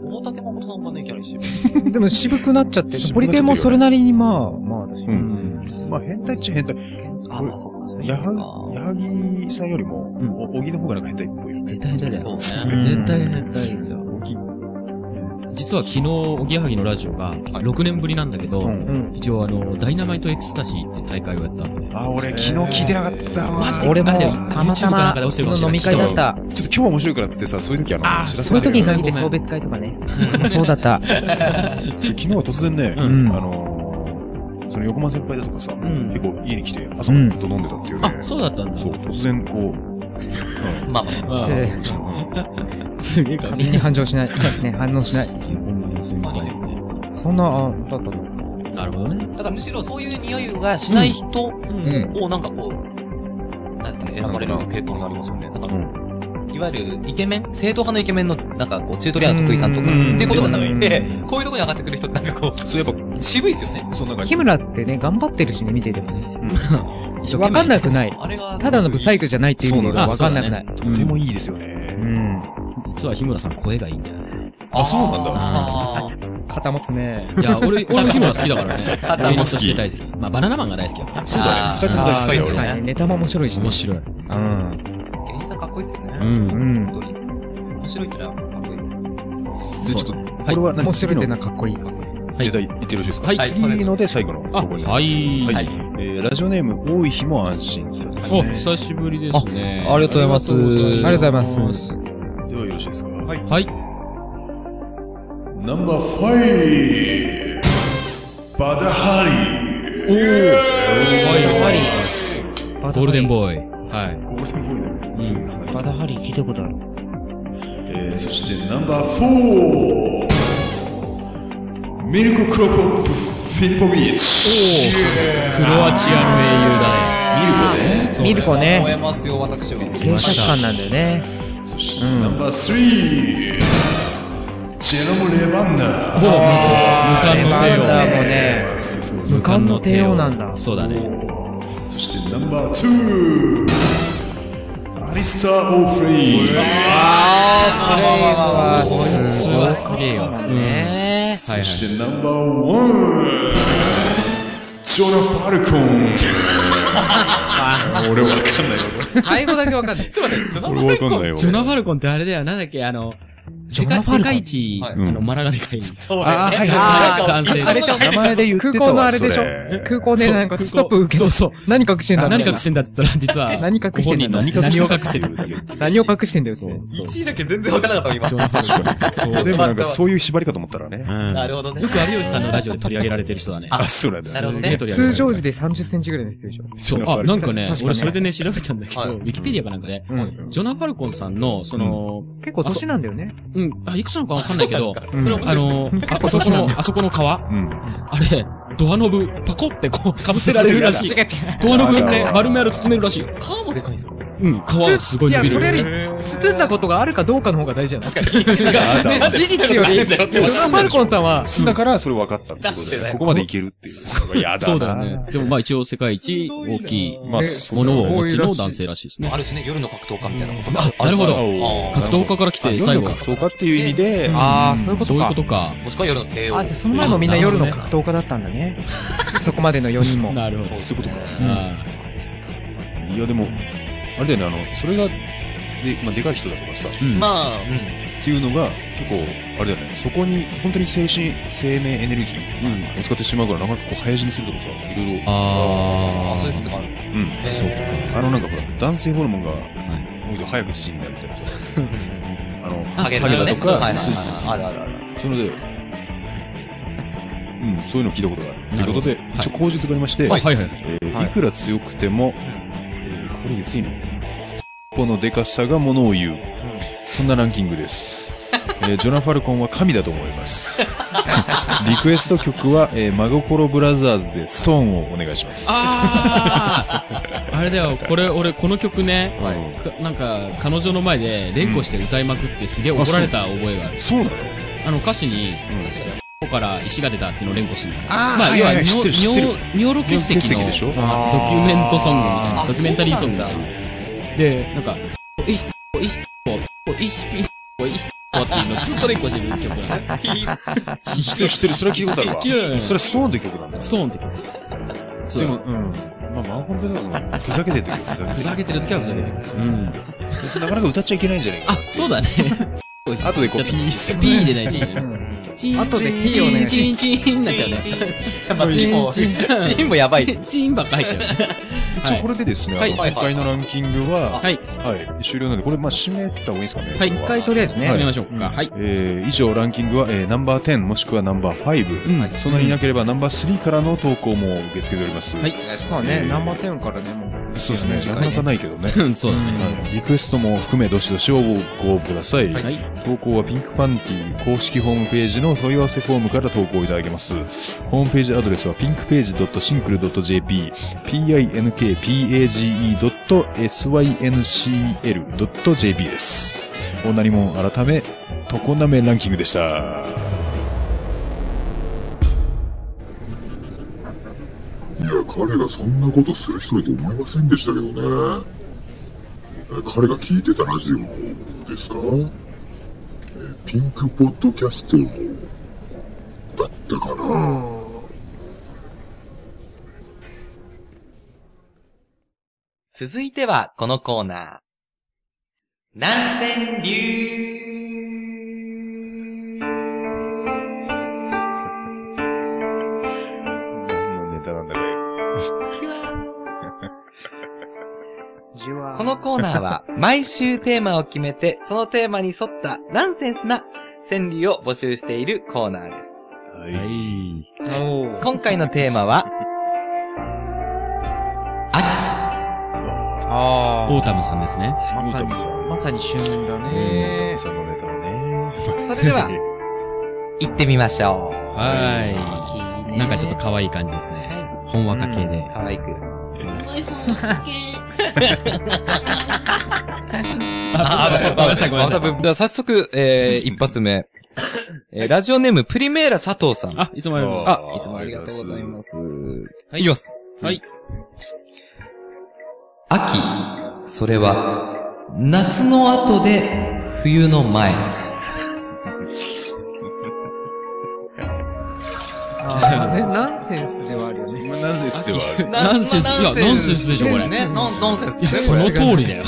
S7: 大竹誠さんがね、キャラしてる。
S8: でも渋くなっちゃって
S5: 渋、く
S8: ポ
S5: なっちゃってるよね
S8: リケンもそれなりにまあ、まあだし。
S5: うまあ変態っちゃ変態。
S7: あ、まあそうか、そうか。
S5: やは、やはぎさんよりも、
S4: うん
S5: おおぎの方がなんか変態っぽいよね。
S4: 絶対変態だ
S7: そ
S4: よ。
S7: うね。
S8: ん
S4: 絶対変態ですよ。実は昨日、おぎやはぎのラジオが、6年ぶりなんだけど、
S5: うん。
S8: うん。
S4: 一応あの、ダイナマイトエクスタシーっていう大会をやったので。
S5: あ、俺昨日聞いてなかったわ。
S4: マジで
S5: 俺
S8: 俺も
S4: あれだよ、
S8: た
S4: YouTube
S8: また
S4: かなんかで
S8: ま、
S4: 落ちてるかも
S8: そ
S4: しれない。
S8: の飲み会だった。
S5: ちょっと今日面白いからっつってさ、そういう時あの、知らせ
S8: そういう時に限って
S4: ごめん
S8: 送別会とかね。そうだった。
S5: そう昨日は突然ね、
S8: ん
S5: あのー、その横間先輩だとかさ、
S4: ん
S5: 結構家に来て朝までずっと飲んでたっていうね。
S4: あ、そうだったんだ
S5: そ。う、突然こう、
S7: まあまあまあ。
S4: ああ
S8: で
S4: すげえか
S8: 過敏に反応しない。ね、反応しない。そんな、あ、だったの。
S4: なるほどね。
S7: だからむしろそういう匂いがしない人
S5: ん
S7: をなんかこう、なんですかね、選ばれる傾向がありますよね。だから、いわゆるイケメン正統派のイケメンのなんかこう、チュートリアルの得意さんとか、っ
S5: うん
S7: ていうことじゃなくて、こういうところに上がってくる人ってなんかこ
S5: そうやっ
S7: う、渋いですよね。
S5: ぱ、そんな感じ
S8: 木。村ってね、頑張ってるしね、見てても。
S4: 一生懸
S8: わ
S4: 命。
S8: かんなくない。
S7: あれが、
S8: ただのブサイクじゃないっていう意味では
S4: そ
S8: わ
S4: うな
S8: か
S4: ん
S8: ん
S4: だ
S8: なくない。
S5: とてもいいですよね。
S8: うん。
S4: 実は日村さん声がいいんだよね。
S5: あ、そうなんだ。
S7: あ
S8: 肩持つね。
S4: いや、俺、俺も日村好きだからね。
S7: 頭
S4: 俺もさせて大好き。まあ、バナナマンが大好きだから。
S5: そうだね。二人とも大好きだよ、
S8: 確
S5: 俺。
S8: かに。ネタも面白いしね
S4: 面。白い。
S8: うん。
S7: あ、芸人さんかっこいいですよね。
S4: うん。
S8: うん。
S7: 本当に面白いってのはかっこいい。
S5: で、ちょっと、こ
S4: はい
S5: れは何
S8: 面白いって
S5: 次の
S8: な、かっこいい。
S5: データ言ってよろしいですか
S4: はい
S5: 次ので最後の
S4: あ、
S5: ところにな
S4: は
S5: り
S4: い。
S5: ます。
S7: はい
S5: はい。えーラジオネーム、多い日も安心さんです
S4: お、
S5: ね。
S4: 久しぶりですね。
S7: あありがとうございます
S4: あり
S8: あり
S4: がと
S8: がと
S4: う
S8: う
S4: ございま
S8: ございますす。
S5: ではよろしいですかはい。
S4: はい。
S5: ナンバーファイブバダハ
S4: おー。は
S8: リ
S4: い。ゴールデンボーイ。はい。
S5: リー。ゴールデンボーイだよね。そうですね。
S8: バダハリー聞いたことある。
S5: えー、そしてナンバーフォーミルククロコップフィリポビーチ
S4: クロアチアの英雄だね。
S5: ミルコね
S4: そうだ
S8: ミ
S4: よ
S8: ルコ
S7: 燃
S8: ね。
S7: えますよ、私は。
S8: 警察官なんだよね。
S5: そしてナンバースリージェロム・レバンナ
S4: ほぼ無
S8: あ
S4: 冠
S8: れ
S4: 無
S8: バ
S4: 冠
S8: ン
S4: の帝
S8: ダ
S4: 王。
S8: ーもね、
S5: そうそうそう
S8: 無冠の帝王なんだ。
S4: そうだね。
S5: そしてナンバーツーアリスター・オフリー
S7: まあまあまあまあ、
S4: こいつはすげえよ。
S8: ね
S5: そしてナンバーワンジョナ・ファルコン俺わかんないわ
S8: え最後だけわかんない。
S5: 俺わかんないわ
S4: ジョナ・ファルコンってあれだよ、なんだっけ、あの、世界、世界一、あの、マラがでかい。
S5: あーはい
S4: ああ、完成。
S8: あれじゃん
S5: 名前で言ってた
S8: 空港のあ
S5: わ
S8: れ
S5: それ
S8: でしょ空港
S4: そ
S8: で
S4: う
S8: なんか
S4: 空港
S8: ストップ受け
S4: そうそう。
S8: 何隠してんだ
S4: 何隠してんだって言ったら、実は、
S8: 何隠してんだ
S4: ご本人何を隠してる
S8: 何を隠してんだよって。
S7: 1位だけ全然わからなかった、今。
S5: 確かに。そう全部なんか、そういう縛りかと思ったらね。
S7: なるほどね
S4: よ。く有吉さんのラジオで取り上げられてる人だね。
S5: あ、そうなんだ。
S7: なるほど
S4: ね
S7: ね。
S4: 取り上げられ
S8: 通
S4: る
S8: 常時で30センチぐらいの人でしょ。
S4: そう。あ、なんかね
S8: 確か、に
S4: 俺それでね、調べたんだけど、ウ
S7: はい
S4: ィキペディアかなんかで、
S8: うん
S4: ジョナ・ファルコンさんの、その、
S8: 結構年なんだよね。
S4: うん、あ、いくつなのかわかんないけど、
S8: うん
S7: それは
S4: あの、ああそこの、あそこの川
S5: うん。
S4: あれ、ドアノブ、パコってこう、かぶせられるら
S8: *laughs*
S4: しい。ドアノブね、丸めある包めるらしい。
S7: 顔もでかいんですよ。
S4: うん、皮はすごい
S8: い
S4: 伸
S8: や、
S4: びる。
S8: それより、包んだことがあるかどうかの方が大事じゃない確か
S5: だ
S8: 事実よ
S7: *laughs*
S8: り、ジョナ・ファルコンさんは、
S5: だから、それ分かったってことで、ここまでいけるっていう。やだな。
S4: そうだよね。でもまあ一応世界一大きい
S5: まあ、
S8: ね
S5: そ
S4: も
S5: の
S4: のをお持ちの男性らしいですね
S7: あ。るしね、夜の格闘家みたいなこと
S4: あ、なるほ
S5: あ
S4: ど。
S5: お
S4: 格闘家から来
S5: あ
S4: て
S5: 夜の
S4: 最後。
S5: 格闘家っていう意味で、
S8: ああ、そういうこと
S4: そういう
S8: か
S4: こと。か。
S7: もしくは夜の帝王。
S8: あ、じゃあその前もみんな夜の格闘家だったんだね。そこまでの4人も。
S4: *laughs* なるほど。
S5: そういうことか。
S4: あ
S5: いや、でも、あれだよね、あの、それが、で、まあ、でかい人だとかさ、
S4: ーうん。
S7: まあ、うん。
S5: っていうのが、結構、あれだよね、そこに、本当に精神、生命エネルギー
S4: うん
S5: を使ってしまうから、なかなかこう、早死にするとかさ、いろいろ、
S4: あ
S7: あ、そういう
S4: ー。
S7: 説がある。
S5: うん。
S4: そ
S5: あの、なんかほら、男性ホルモンが、
S4: い
S5: もう早く縮になるみた *laughs* いなさ、あの、
S7: ハゲ
S5: ハゲだと
S7: そうはいは
S5: か、
S7: い
S5: そうそう
S7: はい。あるあるある。
S5: それで、うん、そういうの聞いたことがある。と
S4: なる
S5: い
S4: ほど
S5: うことで、一応口述がありまして、
S4: はいはいはい。
S5: えーいくら強くても、えーこれ言っていいの尻尾のデカさがものを言う。そんなランキングです。えージョナ・ファルコンは神だと思い
S4: *laughs*
S5: ます。リクエスト曲は、えー、真心ブラザーズでストーンをお願いします。
S4: あー *laughs* あれだよ、これ、俺、この曲ね、かなんか、彼女の前で連呼して歌いまくってすげえ怒られた覚えがある。
S5: そうなの
S4: あの、歌詞に、
S7: 確かに
S4: ここから石が出たっていうのを連呼するの。
S5: あー
S4: まあ、
S5: はい
S4: 要
S5: は
S4: はい
S5: はい知ってる知ってる
S4: 尿、尿路結石
S5: 尿路結石
S4: の
S5: でしょ
S4: まあドキュメントソングみたいな、
S7: あ
S4: ドキュメンタリーソングみたい
S7: そう
S4: な。で、なんか、イス、イス、イス、イス、イス、イス、コっていうのずっと連呼してる曲なのね。
S5: 知ってる、知ってる。それは聞いたことあるわ。
S4: いやいやいや
S5: それストーンって曲なんだ。
S4: ストーンって曲。そう
S5: で
S4: よ
S5: も、うん。まあ、マンホールペダルズもふざけてる時はふざけてる。
S4: ふざけてる時はふざけてる。うん。
S5: なかなか歌っちゃいけないんじゃないか
S4: あ
S5: な。、
S4: そうだね。
S5: 後でこうピー
S4: ちょっとピー入れないといけない。チン
S8: 後でピ
S4: チ
S8: ーを
S4: ン
S8: ね
S4: チンチンチンになっちゃうね。
S7: チンチンじゃあ、まあ、チンも、 *laughs* チンもやばい。
S4: チンばっか入っち *laughs* ゃうね。
S5: 一応これでですね、
S4: はい
S5: あの、今回のランキングは、
S4: はい。
S5: はい、終了なんで、これ、まあ、締めた方がいいですかね。
S4: はい
S5: ここ
S8: 一回とりあえずね。
S4: 進めましょうか。はい。 *laughs*
S5: えー以上、ランキングは、えーナンバー10もしくはナンバー5。そんなにいなければ、ナンバー3からの投稿も受け付けております。
S4: はい
S7: お願いし
S8: ま
S7: ま
S8: あ
S7: す。
S8: ね、ナンバーテンからね、もう。
S5: そうですね。なかなかないけどね。
S4: うん、そうだね。
S5: はいリクエストも含め、どしどしご応募ください。
S4: はい。
S5: 投稿はピンクパンティ公式ホームページの問い合わせフォームから投稿いただけます。ホームページアドレスは pinkpage.syncl.jp、pinkpage.syncl.jp です。おなりもん改め、とこなめランキングでした。
S1: いや、彼がそんなことする人だと思いませんでしたけどね。え彼が聞いてたラジオですかえピンクポッドキャストだったかな
S7: 続いては、このコーナー。南千流
S5: 何のネタなんだこれ。
S8: じわ
S7: このコーナーは、毎週テーマを決めて、そのテーマに沿ったナンセンスな川柳を募集しているコーナーです。
S4: はい。
S8: おー
S7: 今回のテーマは、
S8: あ
S4: オータムさんですね。
S8: あ。ま
S5: オー
S8: さ
S5: タムさん
S8: に、まさに旬だ
S5: お
S8: ね
S5: 父。さんのネタはね。
S7: それでは、行ってみましょう。
S4: はーい。なんかちょっと可愛い感じですね。ほんわか系で。
S7: かわい
S4: あ、
S7: く。
S4: ごめんなさい、ごめんなさい。
S7: またぶ早速、えー、一発目。えーラジオネーム、プリメーラ佐藤さん。
S4: あ、いつもよりも。
S7: あ、いつもありがとうございま。す。はい、いきます。
S4: はい。
S7: 秋、それは、夏の後で、冬の前。
S8: ああ、ね、ナンセンスではあるよね。
S5: まあ、なんですではある。
S4: ナンセンスいやナンセンスでしょこれ
S7: ね、ノン、ノンセンス
S4: いや、
S7: です
S4: そ
S7: ね。
S4: の通 *laughs* りだよ。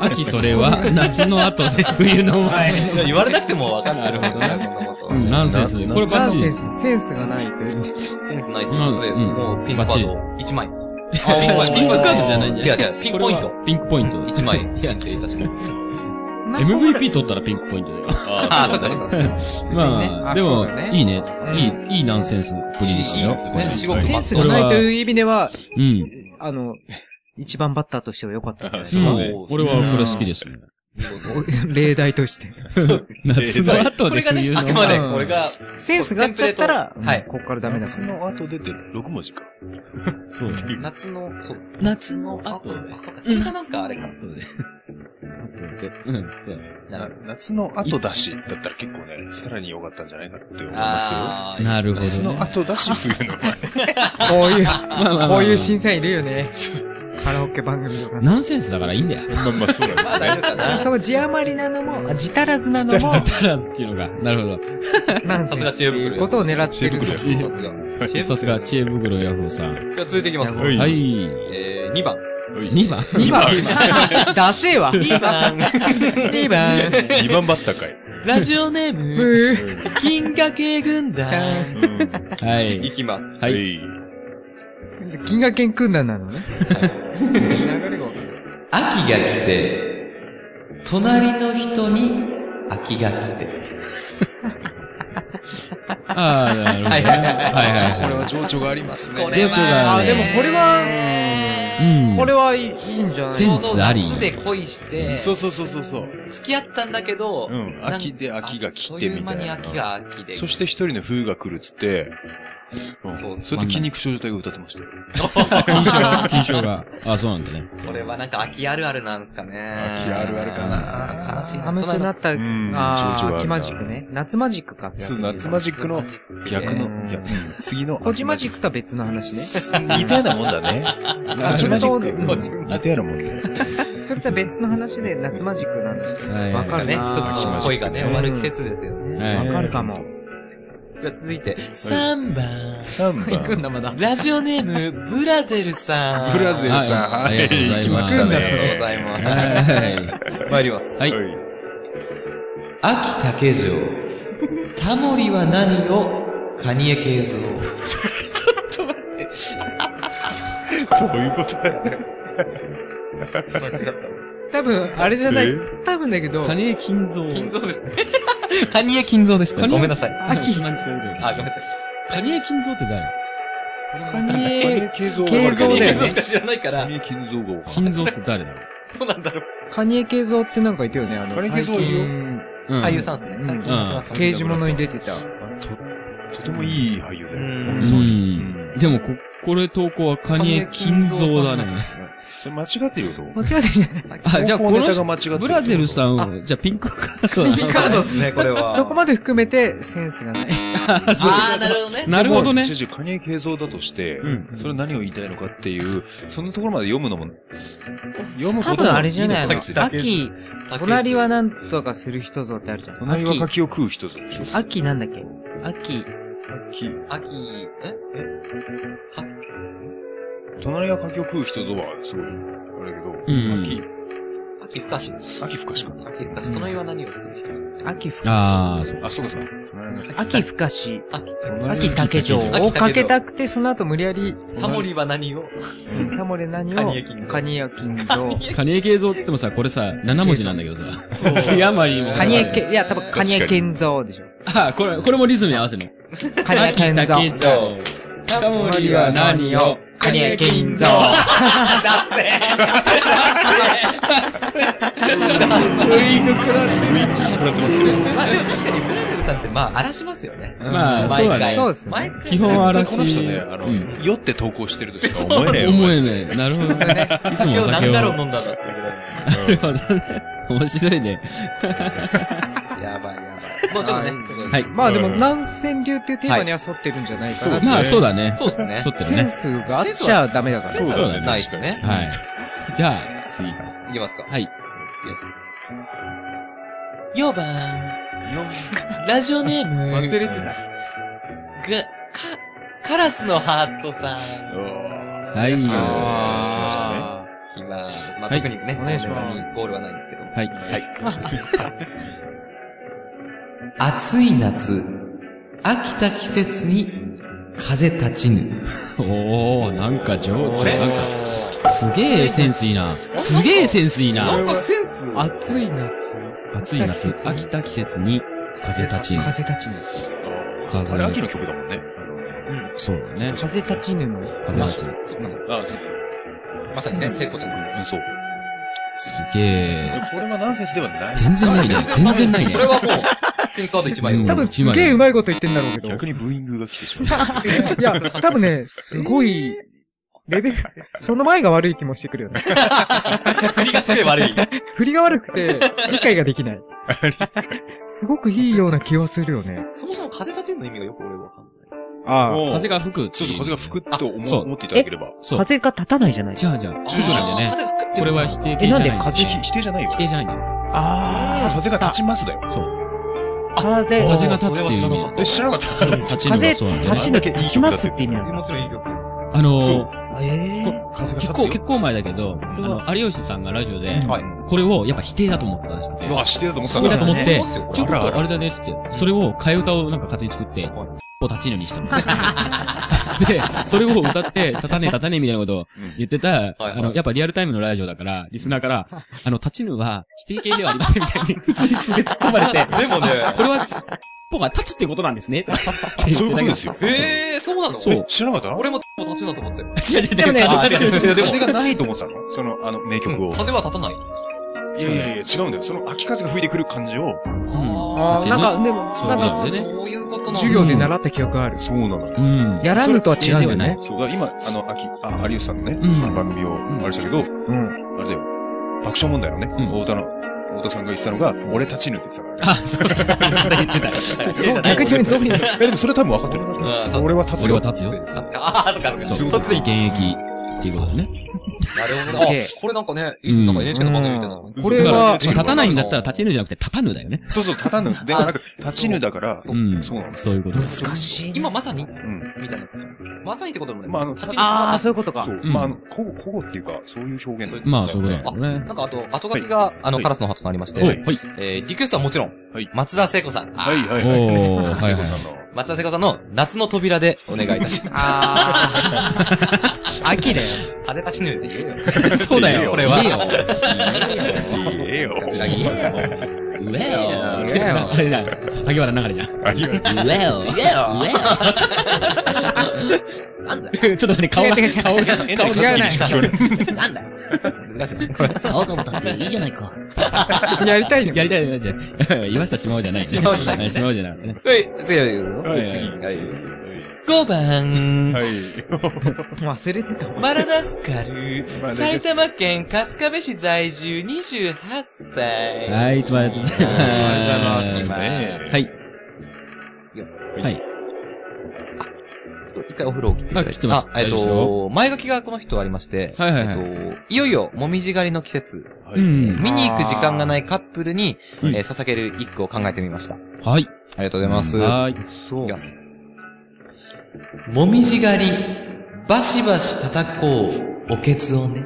S4: 秋それは、夏の後で冬の前。
S7: いや言われなくてもわかんな
S4: な
S7: い。
S4: るほどね
S7: そんなこと。
S4: うん、ナンセンス。これバ
S8: ナ
S4: ッ
S8: ン
S4: チリ
S8: セ
S4: で
S8: ン
S4: す。
S8: ス、センスがないという。
S4: *laughs*
S7: センスないということで、
S4: うん
S7: もうピンクカード1枚。
S4: ピンク
S7: ピンク
S4: カ
S7: カ
S4: ード
S7: ード
S4: じ
S7: じ
S4: ゃな
S7: ゃないい
S4: ん
S7: ん
S4: じ
S7: じ
S4: ゃ
S7: ゃ
S4: な
S7: ないい
S4: ピンクポイント。
S7: 1枚、
S4: *laughs*
S7: 申請いたします。
S4: MVP 取ったらピンクポイント *laughs* だよ。
S7: ああ、そっかそっか。
S4: まあ、
S8: あ
S4: で
S8: そ
S4: も
S8: うだね、
S4: いいね
S8: ん。
S4: いい、いいナンセンスぶり
S7: いい
S4: で
S7: し、
S4: した
S7: いい
S4: よ
S7: で。すね。すごく
S8: セ
S7: ま
S8: ン
S7: っ
S8: ス
S7: と
S8: が
S7: う。
S8: ないという意味では、
S4: うん。
S8: あの、一番バッターとしては良かったんじゃ *laughs* ないです
S4: も
S5: そう
S7: ね
S4: う、俺はこれ好きですね。
S8: か。例題として。
S4: 夏の後
S7: こ
S4: で
S7: れがね
S4: 冬、の
S7: あくまで
S4: 前。
S7: これが、
S8: センスがあっちゃったら、
S7: はい
S8: うんこっからダメだ
S5: 夏の後でって6文字か。
S4: そう。
S7: 夏の、そう。
S4: 夏の後で
S7: あ、そうか、それがなんかあれか。
S4: うん、そう。
S7: なる
S5: な夏の後だし、だったら結構ね、さらに良かったんじゃないかって思いますよ。
S7: あー
S4: なるほど
S5: 夏の
S4: ね。
S5: 後だし、冬の前。
S8: こういう、
S4: まあまあまあ
S8: こういう審査員いるよね。カラオケ番組とか。
S4: ナンセンスだからいいんだよ。
S5: まあまあ、そうなんで
S7: まあ
S5: すね。
S7: 大丈夫かな。
S8: その字余りなのも、あ字足らずなのも、
S4: タラーズっていうのが。なるほど。
S8: ナンセンスっていうことを狙ってる。
S5: さ
S7: さすが。知恵
S4: さすが、知恵袋ヤフーさん。
S7: では続いていきます。
S5: はい
S4: はい。
S7: えー、2番。
S4: 2番
S8: 2番。ダセえわ。
S7: 2番。
S8: 2番。
S5: 2番バッターかい。。
S7: ラジオネー
S8: ブ
S7: ム、
S8: ー。
S7: 銀河系軍団。
S4: はいい。
S7: きます。
S4: はい
S8: 銀河犬訓団なのね。流れがわかんない
S7: 秋が来て、隣の人に秋が来て。
S4: ああ、なるほどね。はいはいはい。
S5: これは情緒がありますね。
S4: ジェフが
S8: あ、でも
S4: ね、
S8: これは、
S4: うん。
S8: これはいいいいんじゃない
S4: センスあり
S7: 夏で恋して、
S5: そうそうそうそうそう。
S7: 付き合ったんだけど、
S5: うん
S7: なん
S5: 秋で秋が来てみたいな
S7: あっという間に秋が秋で。
S5: そして一人の冬が来るっつって、うん
S7: そう
S5: それと筋肉症状態が歌ってましたよ。
S4: 印象、印象が。あ、そうなんだね。
S7: これはなんか秋あるあるなんですかね。
S5: 秋あるあるかな
S7: 悲しい
S8: 寒くなった、あ
S5: ん
S8: あ
S5: 情緒があるな
S8: ー、秋マジックね。夏マジックか。
S5: そう、夏マジックの逆の、いや、うん次の。
S8: こじマジックとは別の話ね。
S5: 似たようなもんだね。
S8: あ、それと、
S5: 似たようなもんだよ。
S8: それとは別の話で夏マジックなんですけど。
S4: はい
S8: わかる
S7: ね、一
S8: な
S7: つの恋がね、
S8: うん
S7: 終わる季節ですよね。
S4: はい
S8: わかるかも。
S7: じゃあ続いて、3番。
S5: 3
S8: 行く
S5: 番。
S8: んだまだ。
S7: ラジオネーム、ブラゼルさん。
S5: ブラゼルさん。
S4: は
S5: はいい、
S4: ありがとうござい
S5: 行き
S4: ま
S5: ますした
S8: 行
S5: ね
S8: くんだ。
S7: ありがとうございます。
S4: は
S7: 参ります。
S4: はい
S5: はい。
S7: 秋竹城。タモリは何をカニエ慶三。
S5: どういうことだよね。
S8: 多分、あれじゃない
S5: え。
S8: 多分だけど、
S4: い。金金蔵。
S7: 金蔵ですね。 *laughs* カニエ金蔵でした。ごめんなさい。あ、
S4: 秋。今んちから言うけど
S7: ごめんなさい。
S4: カニエ金蔵って誰
S8: カニエ、
S5: 金蔵
S8: 金蔵
S7: カニエ
S8: だ
S7: 金
S8: よね
S7: 蔵しか知らないから、ど
S5: 金蔵が分かんない
S4: 金蔵って誰だろ
S7: うなんだろう。
S8: カニエ系像ってなんかいたよね、あの、
S5: カニエ系
S8: 最
S5: 像いるよ
S8: 近、
S4: う。
S7: 俳優さんですね。最近亡くなった。
S8: 刑事物に出てた。
S5: あと、とてもいい俳優だよ。
S7: うん
S5: 本当に
S4: うん。でも、こ、これ投稿はカニエ金蔵だね。
S5: それ間違ってるよ、と。
S8: 間違ってんじゃない
S4: あ、じゃあこ
S5: 投稿ネタが間
S4: の
S5: 違ってる
S4: 人、ブラゼルさんは、じゃあピンクカード
S7: ピンカードですね、これは。
S8: そこまで含めて、センスがない。
S4: あ、そう
S7: ああ、なるほどね。
S4: なるほどね
S5: 知。事、カニエ慶三だとして、
S4: う
S5: それは何を言いたいのかっていう、そのところまで読むのも、読むこ
S8: 多
S5: と
S8: 分
S5: も
S8: あれじゃない
S5: いい
S8: の
S5: のか
S8: 秋、隣はなんとかする人ぞってあるじゃん。
S5: 隣は
S8: 秋、
S5: 柿を食う人ぞでしょ。
S8: 秋なんだっけ秋、
S5: 秋。
S7: 秋、ええ
S5: 隣は柿を食う人ぞは、すごい、あれだけど、
S4: うん
S5: 秋、
S7: 秋深しです。
S5: 秋深しかな。
S7: 秋深し。隣は何をする人ですか
S8: 秋ふか
S4: ああ、そう。
S5: あ、そうかそうか。隣は
S8: し。秋ふかし、
S7: 秋、
S8: 秋竹城
S7: 秋竹城
S8: をかけたくて、その後無理やり、
S7: タモリは何を
S8: タモレ何を
S7: カニエ金、蔵
S8: カニエ金蔵。
S4: カニエ形像って言ってもさ、これさ、7文字なんだけどさ。字余りも。
S8: カニエけ、いや、多分カニエ健三でしょ。
S4: あ、これ、これもリズムに合わせるの。
S8: カニエ健三。
S4: 秋竹城タモリは何を
S8: カニエ健三。
S7: まあでも確かに
S5: 食らってますよ。
S7: ブラゼルさんってまあ荒らしますよね。
S4: まあ、そうだね。
S8: そうですね。
S7: 毎回。
S4: 基本
S5: この
S4: 嵐。
S5: 人ね、あの、
S4: うん
S5: 酔って投稿してるとしか思えないよ。
S4: 思えない。なるほどね。いつも
S7: 今
S4: お
S7: 日
S4: 酒
S7: 何
S4: を。
S7: ガロン飲んだんだっていうぐら
S4: なるほどね。面白いね。
S7: い。やばいやばい。もうちょっとね。ちょっと
S4: はい。
S8: まあでも、南川流っていうテーマには沿ってるんじゃないかな。
S4: まあ、そうだね。
S7: そうですね。
S4: そうって
S8: セン
S4: ね。
S8: スがあっちゃダメだから。
S7: センスはないですね。
S4: はい。じゃあ、次いきます。
S7: いきますか。
S4: はい。
S7: きます。4番、
S5: よ
S7: ラジオネーム、
S8: 忘れて
S7: が、
S8: た。
S7: か、カラスのハートさん。
S4: はい。は
S8: あ
S7: いきます。まあ、
S4: はい
S7: 特にね、
S8: お願いします
S7: このネタにゴールはないんですけど。
S4: い。
S7: 暑い夏、飽きた季節に風立ちぬ。
S4: おー、なんか上
S7: あれ
S4: 手。なんか、すげえセンスいいな。すげえセンスいい
S7: な
S4: な。
S7: んかセンス
S8: ー暑い夏。
S4: 暑い夏、飽きた季節に風立ちぬ。
S8: 風立ちぬ。
S5: ーあれ、秋の曲だもんね。
S4: そうだね。
S8: 風立ちぬの。
S4: 風立ちぬ。
S5: ああ、そうそう。
S7: まさにね、聖子ちゃんの。
S5: うん、そう。
S4: すげえ。
S5: これはナンセンスではない。
S4: 全然ないね。全然ないね
S7: こ。れはもう、ピンカード1枚
S4: うん
S7: よ。
S8: 多分すげえうまいこと言ってんだろうけど。
S5: 逆にブーイングが来てしまった。
S8: いや、多分ね、すごい、レベル、その前が悪い気もしてくるよね。
S7: 振りがすげえ悪い。
S8: 振りが悪くて、理解がで
S4: *laughs*
S8: きない。すごくいいような気はするよね。
S7: そもそも風立てんの意味がよく俺わかんない。
S8: ああ。
S5: もう
S4: 風が吹く。
S5: そうそう、風が吹くと
S4: あそ
S5: 思
S4: う
S5: 思っていただければ。
S4: そう。
S8: 風が立たないじゃない
S4: じゃあじゃあ、徐々に
S7: あ
S4: ね
S7: ー。風吹くって
S4: これは否定形じゃない。
S8: えなんで
S5: ひ
S8: 風
S5: 否定じゃないよ
S4: 否。定じゃないんだよ。
S8: あ
S5: 風が立ちますだよ。
S8: あ。風
S4: 風が立つっていう意
S7: それは知らな
S4: 味
S7: かっ。
S5: え、知らなかった。
S4: 立ちぬがそうなんだよね
S5: 立ちぬが立ちますって
S8: 意味な
S7: もちろんいい曲です。
S4: あの
S5: そ
S4: ー
S5: う、
S8: ええ
S5: 風が
S4: 結
S5: 立
S4: 構、
S5: つ
S4: 結
S5: よ。
S4: 構前だけど、あの、有吉さんがラジオで、
S7: はい。
S4: これをやっぱ否定だと思ってたらしくて
S5: う、わ、否定だと思ってた
S4: そうだと思っ
S7: あ
S4: て
S7: りま、すよ
S4: ちょっ
S5: あらあ
S4: と
S5: ら
S4: あれだねっつって、それを替え歌をなんか勝手に作って、
S7: は
S4: を立ちぬにしたの。 *laughs* で、それを歌って、立たねえ立たねえみたいなことを言ってた、
S7: はい
S4: あの、やっぱリアルタイムのラジオだから、リスナーから、あの、立ちぬは否定形ではありませんみたいに、普通にすげえ突っ込まれて、
S7: でもね、
S4: これは、ポが立つってことなんですね、とか言って
S5: そういうことで
S4: よ。
S5: すよ。
S7: えー、そうなの
S4: そう
S5: え知らなかった
S7: 俺も立ちだと思ってたよ。
S4: 違う違う違う
S8: でもね
S4: 風
S7: あ
S4: 立ちぬ
S7: *laughs* 違う違う
S5: 風がないと思ってたのその、あの、名曲を。
S7: 風は立たない。
S5: いやいやいや、違うんだよ。その秋風が吹いてくる感じを。
S8: ああ、なんか、でも、
S4: そう
S8: なん
S4: なん、だよ
S8: か
S4: ね。
S7: そういうことなの
S8: 授業で習った記憶がある。
S5: そうなのよ。
S4: うん。
S8: やらぬとは違うんだよね。
S5: そうだ、今、あの、秋、あ、有吉さんのね、
S4: うん
S5: あの番組を、あれしたけど、
S8: うん。
S5: あれだよ。爆笑問題のね、
S4: うん
S5: 太田の、太田さんが言ってたのが、俺立ちぬって言ってたからね。
S4: あ、そう。言ってた。
S8: 逆にどういう
S5: え、でもそれ多分分かってる。
S7: んそう
S5: 俺は立つ
S4: 俺
S5: よ。
S4: は立つよ
S5: って
S7: ああ、そっかそっか。
S4: そう
S7: そっちでいい
S4: 現役。っていうことだね。
S7: なるほどね。あ、これなんかね、いいっすねなんか NHK の番組みたいな。
S8: これ
S4: だから、まあ
S8: は、
S4: 立たないんだったら立ちぬじゃなくて立たぬだよね。。
S5: そうそう、立たぬ。で、なんか、立ちぬだから、そううんそうなんです。
S4: そういうことです。
S7: 難しい。今まさに
S5: ん
S7: みたいな。まさにってこともね。
S5: まああの
S7: 立ち
S6: ああ、
S7: あ
S6: そういうことか
S5: そ。う。
S4: うん
S5: まあ、あの、保護、保護っていうか、そういう表現だよね
S4: まあ、そういうことなんだろうね。
S7: なんかあと、後書きが、あの、
S5: はい
S7: カラスの鳩となりまして、
S4: お、はい。
S7: えーリクエストはもちろん、
S5: はい
S7: 松田聖子さん。
S5: はいはいはい。
S4: おーはいはい
S5: そうそう
S7: 松田聖子さんの夏の扉でお願いいたします。
S6: あ
S7: *laughs*
S6: あ。秋だよ。
S7: 風立ちぬで言えよ。
S4: *laughs* そうだよ。
S7: これは
S4: 言えよ。上上
S7: 言えよ。よ
S5: ええよ。
S4: よ。あれじゃん。萩原流れじゃん。
S5: ありがとう。
S4: 上よ。
S7: 言えよ。なんだよ。
S4: ちょっと待って、顔が、
S6: 違う違う違う
S4: 顔が、顔が
S6: 違うない
S7: なんだよ。難しいな。これ
S9: 顔がもたっていいじゃないか。
S8: やりたいの
S4: やりたいな、じゃ *laughs* あ岩下しまおうじゃない。し
S7: まおじゃない
S4: まおうじゃない。ね
S7: はい、次はいいよ
S5: はい
S7: 次。はい。5
S5: は
S7: 番、
S5: い。
S8: 忘れてたわ。
S7: マラダスカル
S5: マラダ、スカル
S7: 埼玉県春日部市在住28歳。い。
S4: はい、いつもありがとうございます。
S5: ありがとうございます。
S4: は
S5: ね
S4: い。
S7: きます。
S4: はい。
S7: ちょっと一回お風呂を切っていただ
S4: あ
S7: い
S4: 切ってます
S7: あ、えっ
S4: 大丈夫です
S7: と、前書きがこの人ありまして、
S4: はいはいはい
S7: えっと、いよいよ、もみじ狩りの季節、
S5: は
S4: う
S5: い。
S4: ん。
S7: 見に行く時間がないカップルに、
S5: は
S7: え
S5: い
S7: ー捧げる一句を考えてみました。あ
S4: はい。
S7: りがとうございます。
S4: はい。
S7: いきます。もみじ狩り、バシバシ叩こう、おけつをね。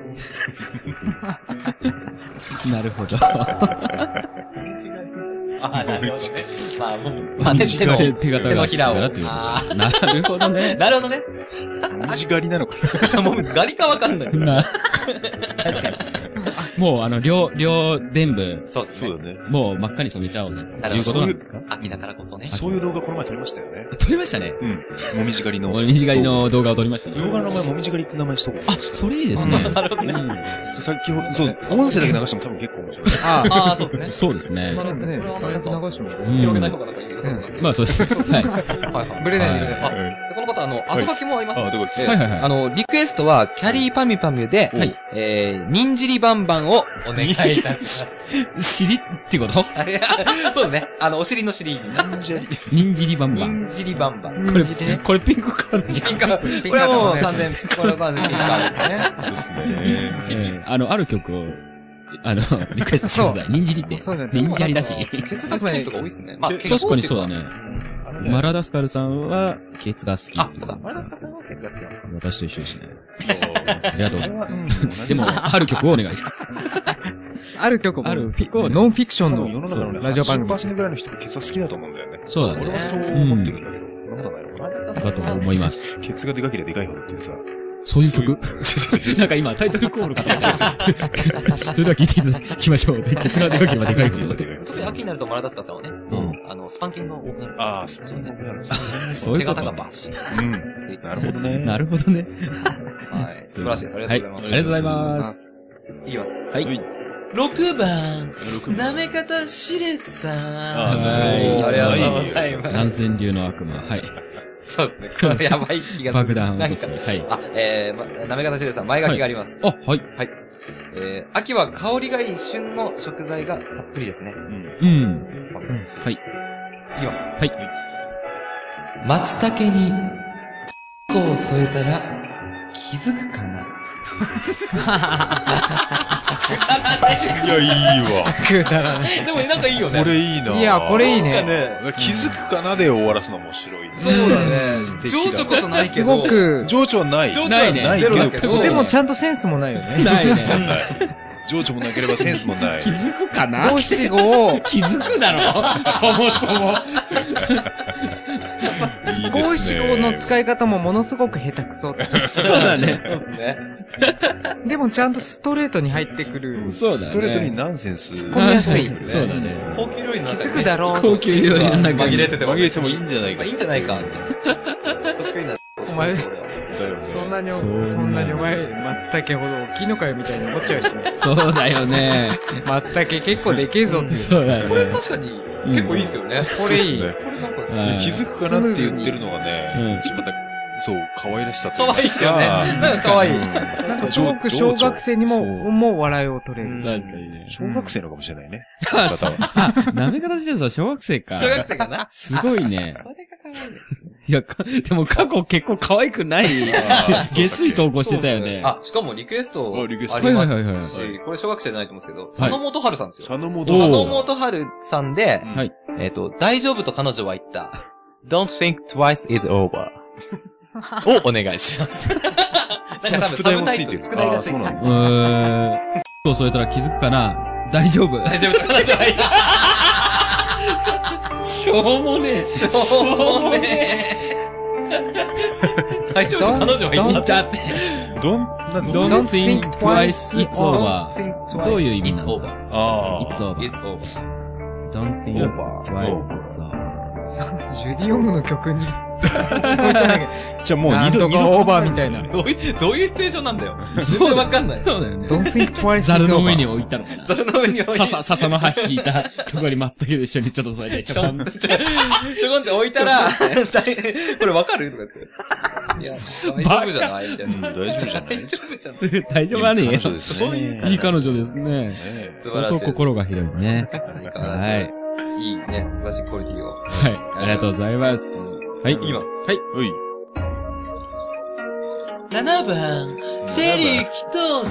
S4: なるほ *laughs* ど。
S7: ああ、なるほどね。まあ、もう、まあ、手手の、
S4: 手手形
S7: 手の
S4: が
S7: ひらを。
S4: 手のひら
S7: あ
S4: なるほど
S7: あ、
S4: ね。
S7: なるほどね。
S5: 虫狩りなのか
S7: もう、ガリかわかんない。
S4: なもう、あの、両、両伝部、
S7: そうです
S5: そ
S7: ね
S5: う。だね。
S4: もう真っ赤に染めちゃおうぜ、と
S7: なるほど
S4: いうことなんですか
S7: 秋だからこそね。
S5: そういう動画この前撮りましたよね。
S4: 撮りましたね。
S5: うん。もみじ狩りの。
S4: もみじ狩り。の動画を撮りました
S5: 動
S4: ね。
S5: 画の名前、もみじ狩りって名前にしとこう。
S4: あ、それいいですね。
S7: なるほどね。
S5: あ、さっきほ、そう、音声だけ流しても多分結構面白い。
S8: あ
S7: ああ、そうですね。
S4: そうですね。
S7: なるほどね。
S8: ね
S7: これ、は
S8: 最
S7: なん
S8: 悪
S7: か、
S8: 流しても
S4: うん
S7: 広げない方がなんかいいけど、そうですね。
S4: まあ、そうです。はい。
S7: はいはい。
S8: ぶれないでください。
S5: *laughs* はい
S7: でこの方、あの、後書きもあります
S5: あ、どこ
S7: ええ
S4: はいはいはい
S7: あの、リクエストは、キャリーパミュパミュで、
S4: はい
S7: えー、にんじりバンバンをお願いいたします。
S4: *laughs* 尻ってこと
S7: あれそうですね。あの、お尻の尻に、
S4: 人切りバン
S7: に
S4: バン。
S7: んじりバンバン。
S4: これ、これピンクカードじゃん
S7: ピンカー、これはもう完全、これは完全ピンカ
S4: *laughs*
S7: ーですね。
S5: そうですね。
S4: えーあの、ある曲を、あの、リクエストしてください。にんじりって。
S8: そうだね
S4: にんじゃりだし。
S7: 血圧系とか多いですね。まあ、健康
S4: 確かに
S7: ってい
S4: そうだ
S7: か。
S4: ね。
S5: あのね
S4: マラダスカルさんは、ケツが好き。
S7: あ、そうか。マラダスカさんは血圧系。
S4: 私と一緒ですね。
S5: あ
S4: ありがとう
S5: それは、うん。
S4: でも、ある曲をお願いしま
S8: ある曲も、
S4: ある曲を
S8: ノンフィクション
S5: 多分世の中
S8: の
S5: のね、
S8: ラジオ番組。
S5: 80%ぐらいの人が血圧好きだと思うんだよね。
S4: そうだね
S5: 俺はそう思ってるんだけど、そんなことないの
S7: マ
S5: か
S7: ラ
S5: な。
S7: ダスカ
S4: す。
S7: さん
S4: だ
S7: は
S4: と思います。
S5: ケツがでかければでかいほどって *laughs* いうさ。
S4: そういう曲 *laughs* なんか今、タイトルコールかと思った。 *laughs* それでは聞いていただきましょう。ケツがでかければでかいほど。
S7: 特に秋になるとマラダスカさんはね、
S4: ん
S7: あの、スパンキングが多くなる。
S5: ああ、そうなんだ。
S4: そうい
S7: 手
S4: うこ
S7: 形が
S4: と。
S7: バシッ
S5: う
S7: ついて
S5: ん。なるほどね。
S4: なるほどね。
S7: はい。素晴らしいです。ありが
S4: は
S7: と。
S4: いうありがとう
S7: ございます。
S4: ございます。
S7: いきます。
S4: はい。
S7: 6番、なめかたしれつさん。
S4: は
S5: あ
S4: い
S7: *laughs* ありがとうございます。
S4: 南千流の悪魔。はい。
S7: そうですね。これやばい気がす
S4: 爆
S7: る。
S4: 弾落とし。
S7: なんか
S4: はい。
S7: あ、えー、まなめかたしれつさん、前書きがあります。
S4: あ、はい。
S7: えー、秋は香りがいい旬の食材がたっぷりですね。
S5: うん
S4: うん。はい。。
S7: いきます。はい松茸に、こを添えたら、気づくかない
S5: や、いいわ。
S7: *laughs* でもなんかいいよ
S8: *laughs*
S7: ね。
S5: これいいな。
S8: いや、これいい
S7: なんか
S8: ね。
S7: ね。
S5: 気づくかなで終わらすの面白いね。
S7: そうだね
S5: 素敵だ
S7: 情緒こそないけ
S8: す
S7: ど。
S8: ごく、
S5: 情緒はない。
S7: 情緒
S4: ないね
S7: はゼロだけど。
S8: でもちゃんとセンスもないよね。
S4: ないね。
S5: 情緒もなければセンスも
S8: *laughs*
S5: ない
S4: 気。づくかな
S8: 五七五を、
S4: 気づくだ *laughs* ろそもそも。
S5: いいで
S8: 五
S5: す
S8: 七
S5: ね。
S8: 五の使い方もものすごく下手くそ。
S4: そうだね。
S7: そうですね。
S8: でもちゃんとストレートに入ってくる。
S4: そうだね。
S5: ストレートにナンセンス。
S8: 突っ込みやすい
S4: そうだね。
S7: 高級料理の
S8: 気
S7: 中
S8: づ
S7: に
S8: くだろう。
S4: 高級料理の中に。
S7: 紛れてても。
S5: 紛れてもいいんじゃないか。
S7: いいんじゃないか。そっくりな。 *laughs*
S8: お前
S5: だよね
S8: そんなに、
S4: そうね
S8: そんなにお前、松茸ほど大きいのかよみたいに思っちゃうしね。
S5: *laughs*
S4: そうだよね。
S8: 松茸結構でけえぞっていう。
S4: そうだよ
S7: これ
S4: ね。
S7: 確かに、結構いいですよね。
S8: これいい。
S5: そうっ
S7: これなんか
S4: う
S7: さ、
S5: すね
S4: ん
S5: 気づくかなって言ってるのがね、
S4: う
S5: また、そう、可愛らしさ
S7: 可愛いですよね。なんか可愛い。
S5: なん
S8: すごく小学生にも、
S5: そう
S8: もう笑いを取れる。
S4: 確かにね。
S5: 小学生のかもしれないね。方は
S8: *laughs*
S4: なめ方してさ、小学生か。
S7: 小学生かな
S4: すごいね。
S7: それが可愛い。
S4: いや、かでも過去結構可愛くない、下水投稿してたよね。
S7: あ、しかもリクエスト
S5: あ
S7: あ
S5: リ
S7: り
S5: クエス
S7: ま
S5: ト
S7: す
S4: はいはいはい
S7: し、これ小学生じゃないと思うんですけど、佐野元春さんですよ。
S5: 佐野元
S7: 佐
S5: 春
S7: 野元春さんで、
S4: はい
S7: えっと、大丈夫と彼女は言った。Don't think twice is *laughs* over. をお願い
S4: *laughs*
S7: します。なんか多分
S5: 副題もついてる
S7: サブタイトル副題
S5: あ
S7: が
S5: ー
S7: つい
S5: そ
S7: て
S5: う
S7: る
S5: なん。だ
S4: うーん。今日添えたら気づくかな大丈夫。
S7: 大丈夫と彼女は言った。
S4: しょうもねえ。し
S7: しょうもねえ大丈夫と彼女は言った。
S4: たって。
S5: どん、なんだ
S4: Don't think twice it's over.
S7: Don't think twice
S4: どういう意味
S7: It's over.
S5: あー
S4: It's over.
S7: It's over.
S4: Don't think
S7: Over.
S4: twice it's over.
S8: ジュディオムの
S5: *laughs*
S8: 曲に。聞こえちゃうんだけど。
S5: じゃあもう
S8: な
S5: 二
S8: ん
S5: 度、
S8: と
S5: 二
S8: か
S5: 度。
S8: オーバーみたいな。
S7: どういう、どういうステーションなんだ
S4: *laughs*
S7: よ。全然わかんない。
S4: そうだよね。
S8: Don't think twice
S4: ザルの上に
S8: is over
S4: 置いたのかな。
S7: それの上に置いて。
S4: 笹、笹の葉引いたとこに松茸と一緒にちょっと添えて、ちょ
S7: ちょ
S4: こ
S7: こ
S4: ん
S7: ん、ちょこんって置いたら、これわかるとかですよ。いや、大丈夫じゃないみたいな。
S5: 大丈夫じゃ
S7: 大丈夫
S5: ない
S7: じゃない
S4: 大丈夫はねえよ
S5: 彼女です
S4: いい
S5: ね。
S4: 彼女ですね。
S7: 素晴
S4: 相
S7: らし
S4: 当
S7: いです。
S4: 心が広いね。
S7: 相変わらず
S4: はい
S7: いいね、素晴らしいクオリティを。
S4: はい。ありがとうございます。はい。
S7: いきます。
S5: おい。
S7: 7番、テリー・キトー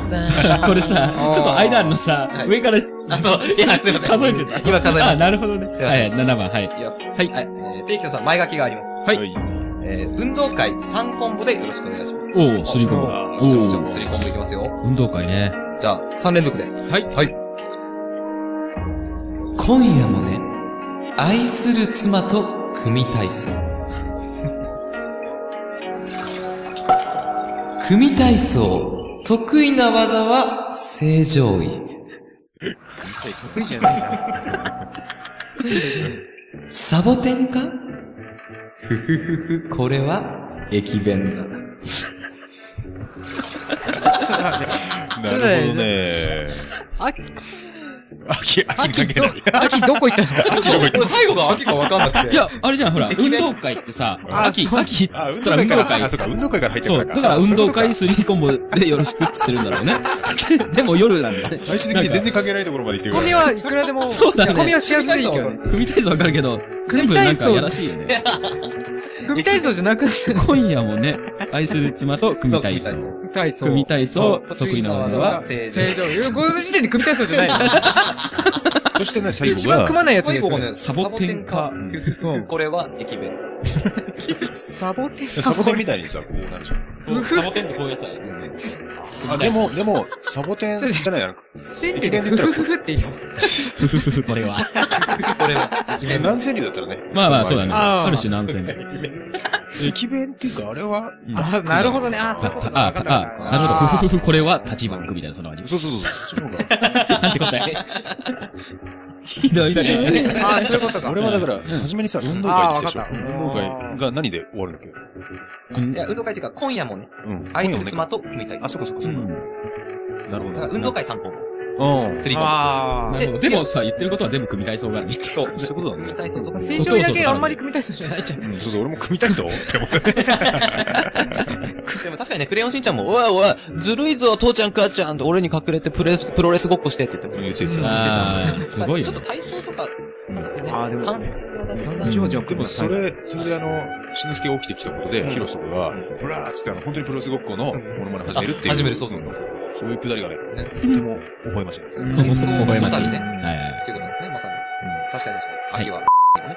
S7: さん。
S4: これさ、ちょっと間あるのさ
S7: は、い
S4: 上から
S7: あ、そう、いや、すいません。
S4: 数えてた。
S7: 今数えま
S4: あ、
S7: した。
S4: なるほどね。
S7: すいま
S4: は
S7: せん
S4: い、7番、はい。
S7: いきます。
S4: はい
S7: はい。えーテリー・キトーさん、前書きがあります。
S4: はい
S5: はい。
S7: えー、運動会3コンボでよろしくお願いします。
S4: おー、スリーコンボ
S5: あ。
S4: お
S7: じゃあ、
S4: ー、
S7: 3コンボいきますよ。
S4: 運動会ね。
S7: じゃあ、3連続で。
S4: はい。
S7: はい。今夜もね、愛する妻と組体操。 *laughs* 組体操、得意な技は正常位。サボテンかふふふふ、これは駅弁だ。
S8: *laughs*
S5: なるほどね。秋。秋、秋にかけない。
S8: 秋どこ行ったの
S7: *laughs* 俺最後が秋かわかんなくて。
S4: いや、あれじゃん、ほら、
S7: 駅
S4: 運
S7: 弁
S4: 動会ってさ、
S5: あ
S4: 秋、秋っ
S5: あ、
S4: つったら運動会
S5: あ、。そうか、運動会から入って
S4: そ
S5: る
S4: う。
S5: か
S4: だ
S5: ら。
S4: から
S5: あそうい
S4: 運
S5: うこと
S4: 動会スリーコンボでよろしくっつってるんだろうね。でも夜なんだね。
S5: 最終的に全然関係ないところまで行って
S8: ツ
S5: る
S8: ッコ
S5: から
S8: ミはいくらでも、ツ
S4: そうだね
S8: ッコミはしやすいけどね。
S4: 組体操わかるけど、全部なんかやらしいよね。
S8: 組体操じゃなくなる。
S4: 今夜もね、愛する妻と組体操。
S8: 組体操。
S4: 組体操、
S7: そう
S4: 得意な技は、
S7: 正常
S8: 正常。いやこの時点で組体操じゃない。
S5: そしてね、最
S8: 一
S5: 後
S8: 番組
S5: は、
S8: まないやつ
S7: 最
S8: で
S7: 後
S8: すよ
S7: も
S8: ね。
S7: ね、サボテンか。これは駅弁。
S8: サボテンか。
S5: サボテンみたいにさ、こうなるじゃん。
S4: サボテンってこういうやつだよね。
S5: あ、でも、でも、サボテンじゃないな。
S8: 千里でフフフフって言う。
S4: ふふふふ、これは。
S7: これは駅弁。
S5: 何千里だったらね。
S4: まあまあ、そうだね。
S8: あー
S4: ある種何千で。
S5: 駅弁っていうか、あれは、
S8: あ、なるほどね。あ、そ
S4: あ、
S8: ういうこと
S4: た
S8: か
S4: あ、たあ、なるほど。ふふふふ、これは、立番組みたいな、その割に。
S5: そうそうそう、そっちの方が。
S4: なんて答え。ひどいね。
S8: あ、そういうこと
S5: *laughs*
S8: か。
S5: 俺はだから、初めにさ、運動会って来た
S8: あー
S5: でしょ。運動
S8: わかった
S5: 会が何で終わるんだっけ
S7: いや、運動会っていうか、今夜もね、
S5: うん。
S7: 愛する妻と組みたい
S5: あ、そっかそっかそっか。なるほど
S7: だから。運動会参考。
S5: うん。
S7: スリーコ
S8: あ
S4: なるほどでもさ、言ってることは全部組体操があるね。
S5: そういうことだ
S7: 組
S5: ね。
S7: 体操とか
S8: あ。
S7: 正
S8: 正常だけあんまり組体操じゃないじゃん。
S5: うん、そうそう、俺も組みたいぞって思って。
S7: でも確かにね、クレヨンしんちゃんも、おいおい、ずるいぞ、父ちゃん母ちゃんって俺に隠れてプレス、プロレスごっこしてって言っても
S5: 言ってた
S4: あー、すごい
S7: ち
S4: よ
S7: ょっ
S4: ね
S7: と。体操とか、なんかそうね、
S8: あーでも
S7: 関節技的な。
S8: ジョージョ
S5: でも、それ、それであの、しんのすけが起きてきたことで、ヒロシとかが、ほらーっつって、あの、本当にプロレスごっこのモノマネ始めるっていう。
S7: あ始めるそうそうそうそう
S5: そう。そういうくだりがね、とても微笑ましいですね。
S7: 体操
S4: 微笑ましい。
S7: 語
S4: は
S7: り
S4: い
S7: ね。
S4: はい。
S7: ということですね、まさに。確かに確か
S4: はい
S7: に。秋は、ね、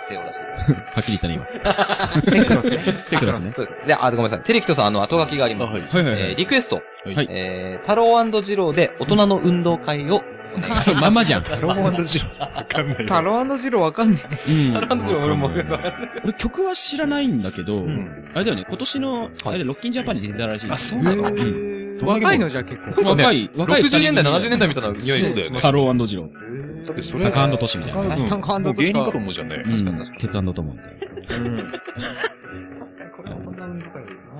S7: 手を出してる。
S4: はっきり言ったね、今。
S8: セクロスね。
S4: セクラスね。
S7: そうですね。で、あ、ごめんなさい。テレキトさん、あの、後書きがあります。
S5: *laughs* はい。
S4: はいはいは
S7: えー、
S4: い。
S7: リクエスト。
S4: はい
S7: えー、太郎二郎で大人の運動会をお願いします。
S4: まんまじゃん。
S5: ローマンドジロー。わかんないよ。
S8: タロジロわかんない。
S7: 太郎二郎俺もわかんない
S4: 俺曲は知らないんだけど、
S5: ん
S4: あれだよね、今年の、あれでロッキンジャパンに出てたらしいで
S5: あ、
S4: す。
S5: そうなの
S8: 若い
S5: の
S8: のじゃ結構。
S7: なんか
S4: 若
S7: ね
S4: い、若い二人
S7: 60
S4: 組
S7: 年代、70年代みたいな匂い
S5: そうだよね
S4: 太郎ジロー。
S5: だってそれ、
S4: 高安トシみたいなね。
S5: うん
S8: 高安
S5: もう
S8: と
S5: 芸人かと思うじゃんね
S4: う。ん、鉄腕だと思うんだよ。
S7: 確かにこれ大人の運動会だよ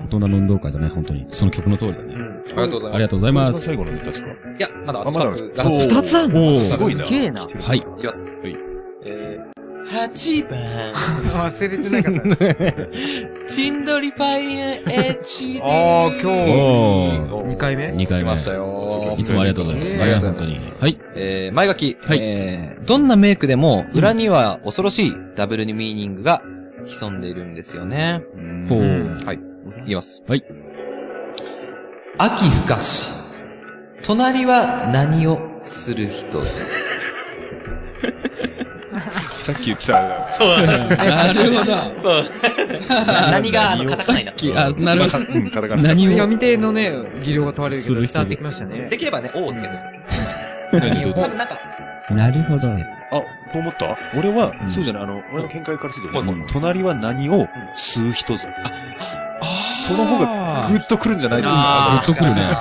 S4: 大人の運動会だね、本当に。その曲の通りだね。
S7: な。ありがとうござ
S4: あ
S7: い
S4: り
S7: ま
S4: がとうござい
S5: 一
S4: ま
S5: 番
S4: す。
S5: 最後のネタですか
S7: す。いや、まだあと
S5: あまだ
S7: 2
S5: あ
S7: つ
S5: る。
S7: ラスト
S5: 二つ
S4: おー
S5: すごいな。
S8: すげえな
S4: はい。
S7: いきます。
S5: はい
S7: えー、8番、
S8: 忘れてなかった。
S7: チンドリファイアエッジで
S8: あー今
S4: 日
S7: お
S8: 2回目
S4: 2回目
S7: 来まし。たよ
S4: いつもありがとうございます。
S7: えー
S4: ありがとうございます。本当に。はい。
S7: *laughs* えー、前書き。
S4: はい
S7: えー、どんなメイクでも、裏には恐ろしいダブルミーニングが潜んでいるんですよね。
S4: ほう。
S7: はい。いきます。
S4: はい。
S7: 秋深し。隣は何をする人ぞ。 *laughs*
S5: さっき言ってたあれだ。
S4: なるほど。
S7: な何が、あの、カタカナになってる
S4: きあ、なるほど。
S5: ど。うん、カタカナ。
S4: 何を
S8: 読み手のね、技量が問われるけど、
S4: する
S8: 伝
S4: 人
S8: わってきましたね。
S7: できればね、O をつけてほしいです。
S5: 何どう
S7: 多
S5: だ
S7: 分なんか、
S4: なるほど。
S5: あ、と思った俺は、そうじゃない、あの、俺の見解からすると、
S7: はいはい
S5: 隣は何を吸う人ぞ。その方がグッとくるんじゃないですか。
S4: グッとくるね。
S5: *laughs*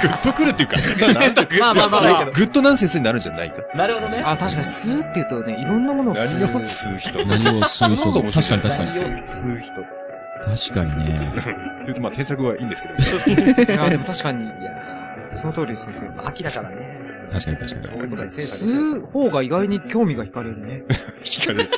S5: グッとくるっていうか、なんせグッ
S7: まあまあまあまあ
S5: とグッとナンセンスになるんじゃないか。
S7: なるほどね。
S8: あ、確かに、スーって言うとね、いろんなものを
S5: 何
S8: 吸う。
S5: を吸う人ぞ。
S4: 何をする人ぞ。確かに確かに。
S5: 何を吸う人ぞ。
S4: 確かにね。
S5: というと、まあ、添削はいいんですけど。
S8: いや、でも確かに、
S7: いや
S8: その通りです、先生。
S7: ー秋だからね。
S4: 確かに確かに。
S7: そういうことに精査が出ちゃ
S8: 吸う方が意外に興味が惹かれるね。
S5: 聞かれる。
S7: う。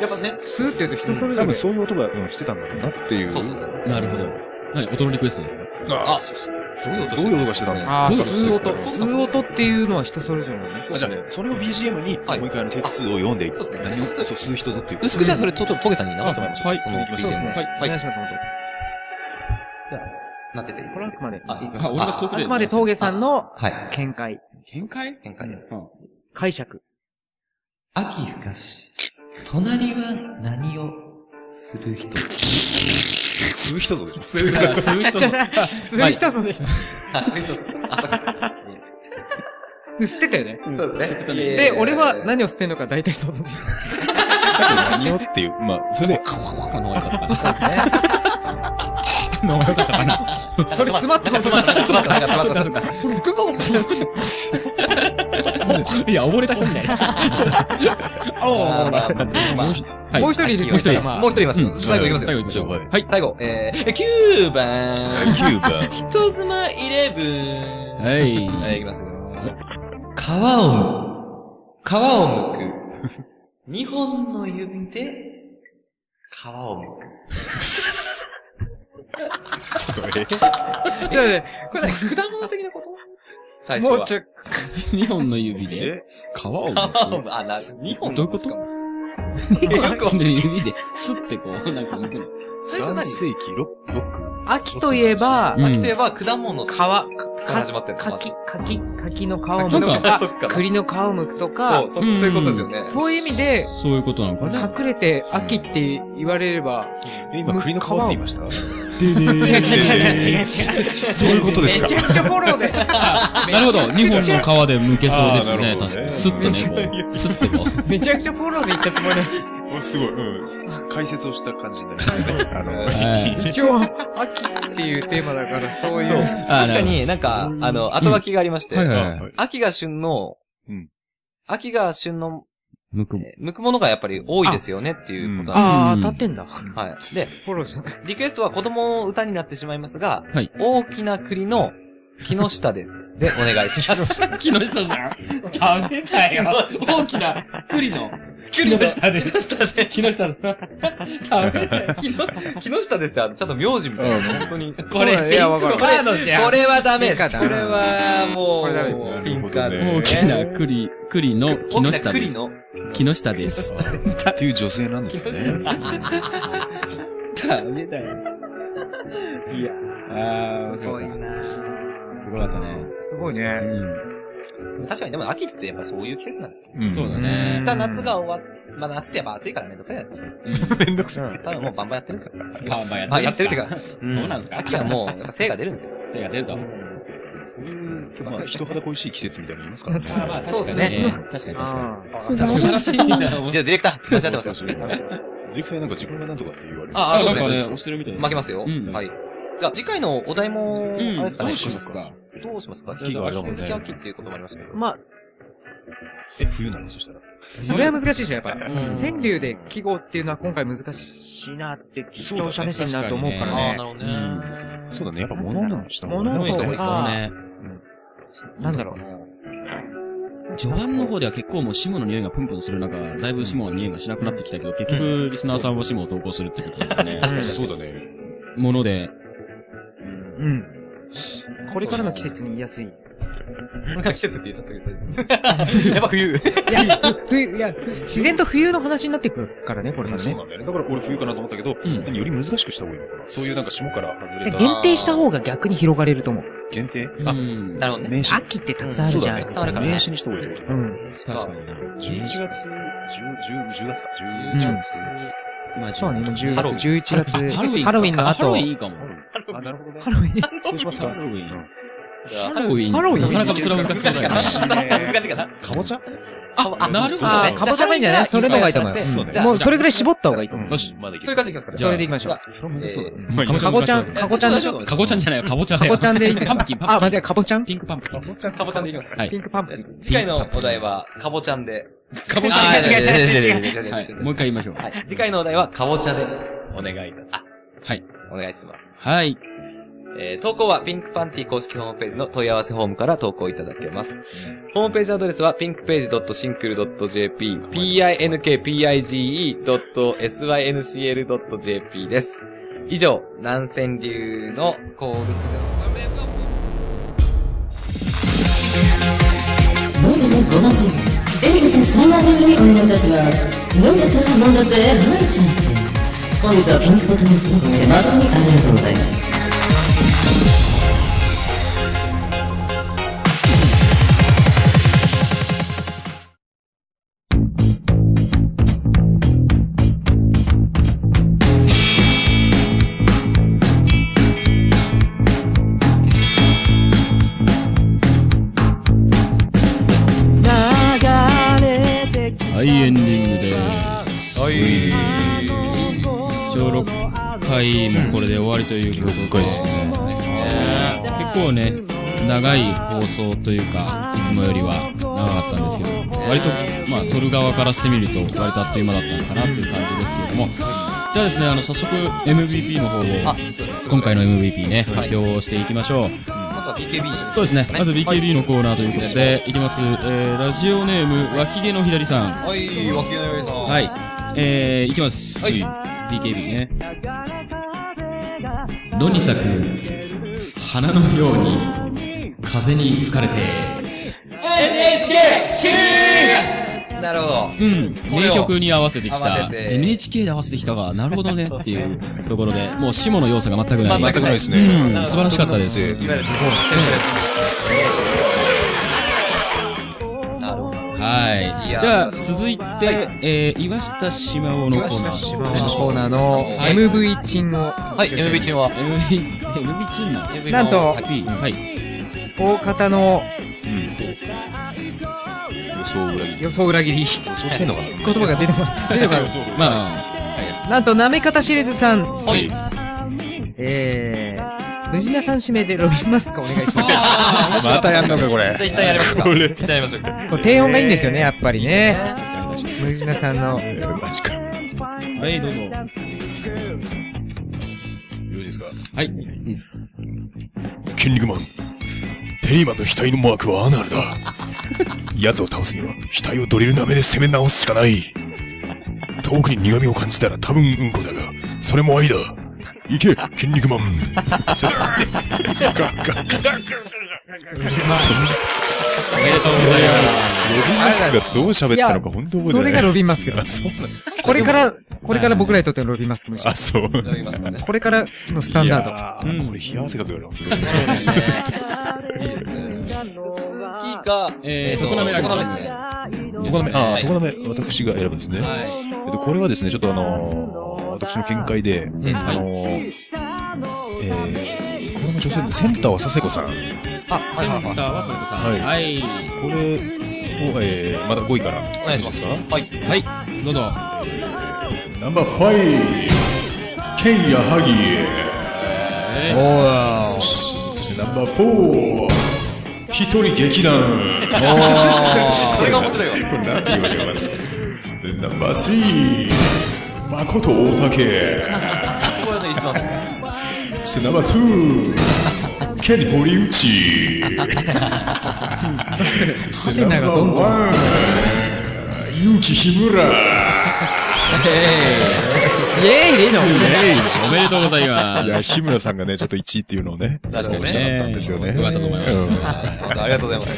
S7: やっぱね。
S8: 吸うって言うと人それぞ
S5: 多
S8: れ
S5: 分。そういう音がうんしてたんだろうなっていう。
S7: そうそうそう。
S4: なるほど。何音のリクエストですか
S5: あ
S7: あ、、そうそう。すごい音
S5: どういう音がしてたの
S7: ね
S8: ああ、
S4: どういう
S8: 吸う
S4: こと
S8: 音。吸う音っていうのは人それぞれだね。
S5: あじゃあ、それを BGM に、
S7: はい
S5: もう一回あの、テイク2を読んでいく。
S7: そうですね
S5: 何を、そう、吸う人ぞっていう。
S7: 薄くじゃあそれ、と、と、トゲさんに流してもらいましょう。
S4: はい
S7: その
S5: そう
S8: そうです
S7: BGM はい。
S8: ねお
S7: は
S8: 願
S7: い。
S8: いします、本
S7: なってていい
S8: 当。これはあくまで。
S7: あ、いい
S4: あ、俺が
S7: あ
S4: 遠く
S8: あ
S4: で。
S8: くまで峠さんの
S7: はい。
S8: 見解、
S4: 見解
S7: 見解で。
S8: 解釈。
S7: 秋深し。隣は何をする人
S5: 吸う人ぞでしょ。
S4: そういう人の。
S8: 吸う人ぞでしょ。
S7: *laughs* あ、そういう人。あ、そうか。
S8: 吸ってたよね。
S7: そうですね。
S8: で、俺は
S7: 何
S8: 何を吸ってんのか大体想像する。
S5: 何をっていう。まあ、それで、
S4: かなわかった。 *laughs*
S8: *laughs* それ詰まったことだ。
S7: 詰まった、なんか詰まった。
S8: *laughs*
S4: いや、溺れた人みたいな。
S7: まあまあまあま
S4: はい
S8: もう一人いる
S4: もう一
S8: から
S4: 人。
S8: ま
S7: あ
S8: あ
S7: もう一人いますよ。最後いきます
S4: 最後
S7: よ
S4: 行き。ましょう。
S5: は
S4: はいい。
S7: 最後、えー、9番、
S5: 9番。
S7: 人妻イレブン。
S4: はい。
S7: はい、いきますよ。皮をむ、皮をむく。二本の指で、皮をむく。
S5: ちょっと、え
S8: ちょっとね
S7: これ何果物的なこと最初
S8: も
S7: は。
S8: うちょ、
S4: 二本の指で、
S5: え
S4: 皮をむ
S7: 皮をむ、あ、な、二本
S4: どういうこと
S7: しかもよくわかんない
S4: く。指で、すってこう、なんかむくの。
S7: 最初
S5: 男
S7: 何
S5: 性器6、6。
S8: 秋といえば、
S4: うん
S7: 秋といえば果物
S8: 皮、
S7: か
S8: か、
S7: から始まってんの
S8: 柿、柿、柿の皮を
S7: 柿
S8: 剥
S7: の
S8: く
S7: 皮
S8: とか
S7: そっか、
S8: 栗の皮を剥くとか
S7: そう、、そうそういうことですよね。
S8: そういう意味で、
S4: そういうことなのかね。
S8: 隠れて秋って言われれば、
S5: え、今、栗の皮って言いました
S8: 違う違う違う違う違う。
S5: そういうことですか
S8: めちゃくちゃフォローで。
S4: なるほど。二本の皮でむけそうですね。
S5: あーなるほどね
S4: 確かに。すってね、こう。すってこう。
S8: めちゃくちゃフォローで言ったつもり
S5: おすごい、うん。解説をした感じになりましたね。あの、
S4: はい
S8: で。一応、秋っていうテーマだから、そういう。
S4: あー
S7: 確かになんか、あの、後書きがありまして、
S4: はいはいはい。
S7: 秋が旬の、
S5: うん
S7: 秋が旬の、
S4: むくも。
S7: えー向くものがやっぱり多いですよねっていうことな
S4: う
S7: んで
S8: ああ、
S4: ん
S8: 当たってんだ。フ
S7: す。はい。で、
S8: ォローじゃない。
S7: リクエストは子供歌になってしまいますが、
S4: はい
S7: 大きな栗の木の下です。で、お願いします。
S4: 木下さん。ダメだよ。大きな *laughs* 栗の。
S7: 栗の
S4: 下です。
S7: 木の下で
S4: 木下さん。ダメだよ。
S7: 木の木の下ですって、あの、ちゃんと名字みたいな。本当に。こ
S4: これ、
S8: そうだねいやわかる
S4: ピンクのカードじ
S7: れはダメで
S8: ピンカ
S7: す。
S8: ー
S7: こ
S8: だな
S7: れは、も
S8: これダメで
S7: う、
S5: す
S7: ピンカーですね。
S4: 大きな栗、栗の木
S7: 大きな
S4: 下で
S7: 栗
S4: す。
S7: の。
S4: 木下です。
S5: っていう女性なんですね。
S4: ダメだよ。
S7: いや
S4: あ
S7: ー、すごいなー
S4: すごかったね。
S8: すごいうね。
S4: ん
S7: 確かに、でも秋ってやっぱそういう季節なんですよ。
S5: うん
S4: そうだね
S7: 一。旦夏が終わっ、まあ夏ってやっぱ暑いからめんどくさいじゃないですか。 *laughs*
S5: めんどくさ
S7: うん。多分もうバンバンやってるんですよ。
S4: パワーバーやって
S7: あ、やってるっていうか、
S4: そうなんですか
S7: 秋はもう、やっぱ精が出るんですよ。
S4: 精が出ると。
S7: そういう、
S5: い。まあ、人肌恋しい季節みたいなの言いますから
S4: *laughs*
S5: ね。
S4: まあ
S7: そうです
S4: 確かに
S7: ね。
S4: 確かに確か
S8: あ
S7: あじゃあ
S4: に。素晴らしいな。
S7: じゃあディレクター、間違ってますよ。
S5: 実際なんか自分が何とかって言われる。
S7: ああそうですね
S4: なんか押してるみたいです
S7: 負けますよ。
S4: うん
S7: はい。じゃあ次回のお題も、あ
S4: うん
S7: れですか
S4: ど
S7: ね。
S4: うしますか
S7: どうしますか
S5: 秋があれだもんね
S7: 引き続き秋っていうこともありますけど。
S8: まあ、
S5: え、冬なのそしたら。
S8: それは難しいでしょ、やっぱ。
S7: ん
S8: 川柳で季語っていうのは今回難しいなって、視聴者目線になると思うか
S7: ああ、
S8: らね
S7: な。るほど
S4: う
S7: ね。
S5: そうだね。やっぱ物のした方が
S8: 物
S5: ね。
S8: と
S5: ね
S8: か
S4: ね。
S8: なんだろう。
S4: 序盤の方では結構もうシモの匂いがプンプンする中、だいぶシモの匂いがしなくなってきたけど、結局リスナーさんはシモを投稿するってことだよね。
S5: そうだね。
S4: もので、
S8: うん。これからの季節に言いやすい。
S7: これから季節って言っちゃったけど。やっぱ冬。
S8: いや、冬、いや、自然と冬の話になってくるからね、これから
S5: そう
S8: ね。
S5: なんだよね。だから俺冬かなと思ったけど、
S4: うん
S5: 何より難しくした方がいいのかな。そういうなんか霜から外れた
S8: 限定した方が逆に広がれると思う。
S5: 限定
S4: う
S5: あ、
S4: ん。
S7: *laughs* なるほどね。
S5: 名刺。
S8: 秋ってたくさんあるじ
S7: そうだ
S8: ゃん。
S7: ねたくさんあるからね
S5: 名刺にした方がいいってこと
S8: うん。
S4: 確かにね。
S5: 11月、10、10 10月か。
S8: う
S5: 11
S8: ん
S5: 月。
S4: まあ、
S8: そうね、今10
S7: ハロウィン
S8: 月、11月。
S4: あハロウィン。
S8: ハロウィンの
S4: ハロ
S8: 後
S4: ウィ。ンいいかも。
S5: あ、なるほどね。
S8: ハロウィン。
S5: そうしますか。
S4: ハロウィン
S5: う
S7: じ
S5: ん
S7: ゃあ
S4: ハロウィン。
S8: ハロウィン
S4: なかなかそれは難しい
S7: 難しいかな。難しいかな。
S5: かぼちゃ
S4: あ、なるほど
S7: あ
S8: あ
S7: ー
S8: ー、かぼちゃもいいんじゃないそれの方がいいと思うよ。
S5: そうね
S8: うんもうそれぐらい絞った方がいいと思
S4: よし
S5: うんまだいけ
S7: そうい
S5: る
S7: う感じでいきますか
S8: う。それで行きましょう。
S5: それは難しそうだね。
S4: まあ
S8: かぼちゃん、
S4: か
S8: かぼちゃんでしょ
S7: ょ
S4: かぼちゃんじゃないよ、かぼちゃだ
S8: か
S4: よ。
S8: ぼちゃんでいい
S4: パンプキン、パ
S8: あ、
S4: ンプキ
S8: 待
S4: ン。
S8: って、かぼちゃん
S4: ピンクパンプキンです。
S7: かぼちゃんでいきますか。
S4: はい
S8: ピンクパンプキン。
S7: 次回のお題は、かぼちゃんで。
S4: かぼち
S7: *laughs* あ
S4: ゃ
S7: ー
S4: ん。
S7: 違う違う違う違う違う違う違う違う
S4: はい。もう一回言いましょう。
S7: はい。次回のお題は、かぼちゃで、お願いいた、あ、
S4: はい。
S7: お願いします。
S4: はい。
S7: えー、投稿は、ピンクパンティ公式ホームページの問い合わせフォームから投稿いただけます。ホームページアドレスは、pinkpage.syncl.jp、pinkpige.syncl.jp です。以上、南千流のコール
S9: 飲んでないかなんてエリカさん3番組お願いいたします飲んじゃった飲んだぜ飲いちゃって本日はピンクボトルスナックで誠にありがとうございます
S4: はい、エンディングです。はい。一応6回もこれで終わりということで。ですね。結構ね、長い放送というか、いつもよりは長かったんですけど、割と、まあ、撮る側からしてみると、割とあっという間だったのかなという感じですけれども、じゃあですね、あの、早速 MVP の方を、今回の MVP ね、発表していきましょう。
S7: まずは BKB。
S4: そうですね。まず
S7: はい
S4: BKB のコーナーということで、いきます。えー、ラジオネーム、脇毛の左さん。
S7: はい、脇のよりさん。
S4: はい。えー、いきます。
S7: はい。
S4: BKB ね。野に咲く、花のように、風に吹かれて。
S7: NHK! なるほ
S4: う
S7: ど。
S4: ん。
S7: これを
S4: 名曲に合わせてき
S7: 合わ
S4: た
S7: せ。て
S4: NHK で合わせてきたが、なるほどねっていうところで、もう死もの要素が全くない。
S5: 全くないですね。
S4: うん素晴らしかったです
S5: うん
S7: いわゆる、なるほど。
S4: はい。
S7: い
S4: じ
S7: や
S4: ゃあ、
S7: そう
S4: 続いて、えー、岩下島尾のコーナー。
S8: そのコーナーの
S7: はい
S8: MV チンを、
S7: はい、MV チームは
S4: MV、MV チームなの
S7: MV
S8: なんと
S7: は
S4: ?P。はい。
S8: 大方の
S5: 予想を裏切り。
S8: 予想裏
S7: *laughs*
S8: 切り。
S5: 予想してんのかな
S8: 言葉が出てこない。出てこない
S4: まあ、
S8: なんと、なめかたシリーズさん、
S7: い。
S8: えー、無事なさん指名でロビンマスクお願い
S7: *laughs*
S8: します。
S5: またやんのか、これ。
S7: じゃあ一旦やりましょうか。一旦やりましょうか。
S8: こう低音がいいんですよね、やっぱりね。
S4: 確かに確か
S8: 無事なさんの。
S5: マジか。よ
S4: に。はい、どうぞ。は
S5: ろしいですか
S4: い。いいです。
S5: 筋肉マン。テリーマンの額のマークはアナールだ。奴を倒すには、額をドリルなめで攻め直すしかない。遠くに苦味を感じたら多分うんこだが、それも愛だ。いけ、筋肉マン。それ
S4: おめでとうございます。
S5: ロビン・マスクがどう喋ってたのか本当覚えてない。
S8: それがロビンマスクだ
S6: *laughs*
S5: あ、。そうなんだ。
S8: これから、これから僕らにとってのロビンマスクむしろ
S5: あ、そう。
S7: いただきますかね。
S8: これからのスタンダード。
S5: ード。これ冷や汗かくよな。
S7: 次が、
S4: えー、そこなめられてますね。
S5: とこだめ、ああ、とこだめ、私が選ぶんですね。
S4: はい。
S5: えっと、これはですね、ちょっとあのー、私の見解で、あのー、えー、これも女性のセンターは佐世子さん。
S8: あ、
S4: センターはさこさん。
S5: は
S4: はいい。はい。
S5: これを、えー、まだ5位から。
S7: お願いします。はい。
S4: どうぞ。
S5: ナンバー5、ケイヤハギ。そしそしてナンバー4、一人劇団。
S7: これが面白いわ。
S5: これなんて言われるかな。で、ナンバー3、誠大
S7: こ
S5: 竹。
S7: れの椅子なんだね。
S5: そしてナンバー2、ケリー堀内。そしてナンバーワン、勇気日村
S6: イエーイでいいの
S4: おめでとうございま
S5: いや、日村さんがね、ちょっと1位っていうのをね、
S7: 確かにね
S5: したかったんですよね。
S4: よかったと思います
S5: うんあ
S7: ありがとうございます。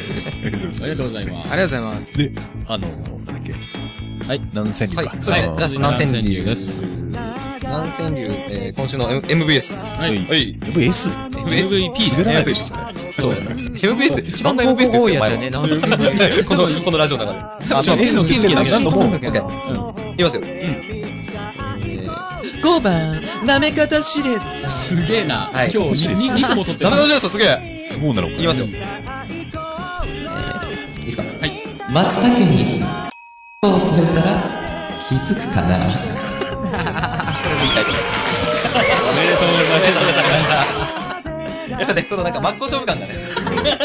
S5: りがとうご
S4: す。あ
S5: ざ
S4: りが
S5: い
S4: とうございます。。
S8: ありがとうございます。
S5: ます。で、あの、なんだっけ。はい何千人か。
S7: はいそうですね
S5: あー
S7: 南
S4: 千
S7: 千
S4: 流
S7: 流
S4: です。
S7: *laughs* 南千流、えー今週の M- MVS。
S4: はい。
S7: はい。
S5: やっぱ S?
S7: MVS。
S4: MVP
S5: 滑
S4: だ
S5: らな
S4: ね。
S5: いでしょ、それ。
S4: そうだね。
S7: MVS って、
S6: 一
S7: だ
S6: 番
S7: んだん MVS です
S6: 多いやつ
S7: よ、前
S6: よね。なんか
S7: は。 *laughs* この、このラジオの中で。あ
S4: 多分
S5: S って言ってた何度も、
S7: OK いきますよ。5番、なめ方しです。
S4: すげえな。
S7: はい
S4: 今日2、2個も取って
S7: な
S4: る
S7: め。方しです、すげえ。
S5: そうなのか。
S7: いきますよ。えーいいですかはい。松茸に、を添えたら、気づくかなこれもいいタイプ
S4: おめでとうございます。
S7: *laughs* やっぱね、このなんか真っ向勝負感がね。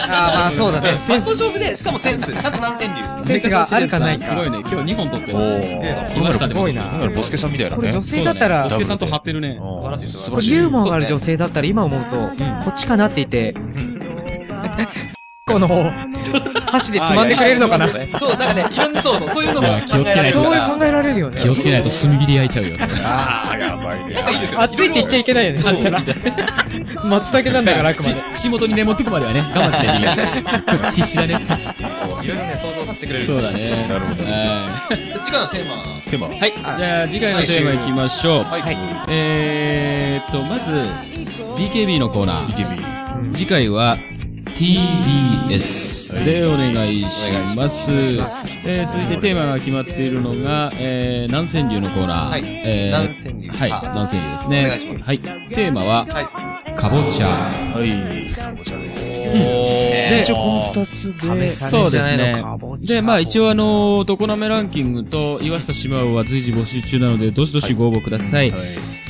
S6: あーまあそうだね。
S7: 真っ向勝負で、しかもセンス。ちゃんと南千流。
S6: センスがあるかないか
S4: すごいね。今日2本取って
S5: お
S4: る。
S5: ー。
S4: この下
S8: す
S4: でも。
S8: ごい
S4: な。
S5: なんだ
S8: な。
S5: ろう、ボスケさんみたいな
S6: これ
S5: ね
S6: 女。性だったら
S4: ボ、スケさんと張ってるね。
S5: 素
S7: 晴らしい素晴
S6: こ
S7: ら
S6: れ
S7: し
S6: ユーモアがある女性だったら今思うと、こっちかなって言って、 *laughs* この、箸でつまんでくれるのかなそういう
S7: そう、なんかね、いろんな、そうそう、そういうのも
S4: いや気をつけないと
S7: 考えられるから
S6: 考えられるよね。
S4: 気をつけないと炭火で焼いちゃうよ。
S5: ああ、やばいね。
S7: なんかいいですよ。
S6: 熱いって言っちゃいけないよね、そしたら。 *laughs* 松茸なんだから、あくま
S4: 口
S6: で。、
S4: 口元にね、持ってくまではね、我慢しないといけない。必死だね。
S7: いろいろね、想像させてくれる。
S4: そうだね。
S5: なるほど
S4: は
S7: じゃあ次回のテーマ。
S5: 手間。
S4: い。はい。じゃあ、次回のテーマいきましょう。
S7: はい。
S4: えーっと、まず、BKB のコーナー。
S5: BKB。
S4: 次回は TBS でお願いします。えー、続いてテーマが決まっているのが、えー、南川流のコーナー。
S7: はい
S4: えー
S7: 南千流。
S4: はい、
S7: は
S4: 南川流ですね。
S7: お願いします
S4: はい。テーマは、
S7: い。
S4: かぼちゃ。
S5: はい。かぼちゃで。
S4: で
S5: 一応この二つで、
S4: そうです
S6: じゃない
S4: ね
S6: のかぼ。ちゃ
S4: で、まあ一応あのー、常滑ランキングと岩下島尾は随時募集中なので、どしどしご応募ください。
S5: はい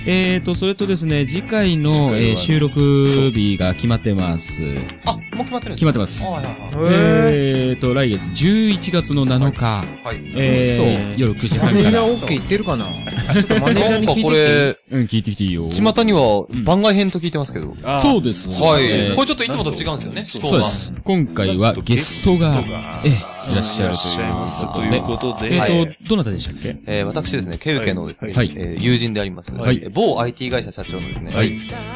S4: えーと、それとですね、次回の、えー収録日が決まってます。
S7: あ、もう決まってるんです
S4: 決まってます
S7: あ。はいはいはい
S4: えーと、来月11月の7日。
S7: はい。
S4: えー、夜9時
S6: マ
S4: 半
S6: ネー
S4: か
S6: ジャ
S4: ら。
S6: ー OK 言ってるかなちょっとマネージャー
S7: なん
S6: に
S7: か
S6: 聞いて
S7: こ
S6: きて。
S7: れ、
S4: うん、聞いてきていいよ。
S7: 巷には番外編と聞いてますけど。は
S5: あー
S4: そうです。え
S7: い。
S4: ー
S7: これちょっといつもと違うんですよ
S4: そ
S7: ね、思
S4: う
S7: 考が
S4: で。す。今回はゲストが、ええ、いらっしゃるということ
S5: と
S4: で
S5: いう。ことで、
S4: え
S5: は
S4: ー
S5: い
S4: と、どなたでしたっけ
S7: えー、私ですね、ケルケのですね、
S4: はい
S7: えー友人であります、
S4: はい
S7: えー某 IT 会社社長のですね、
S4: はい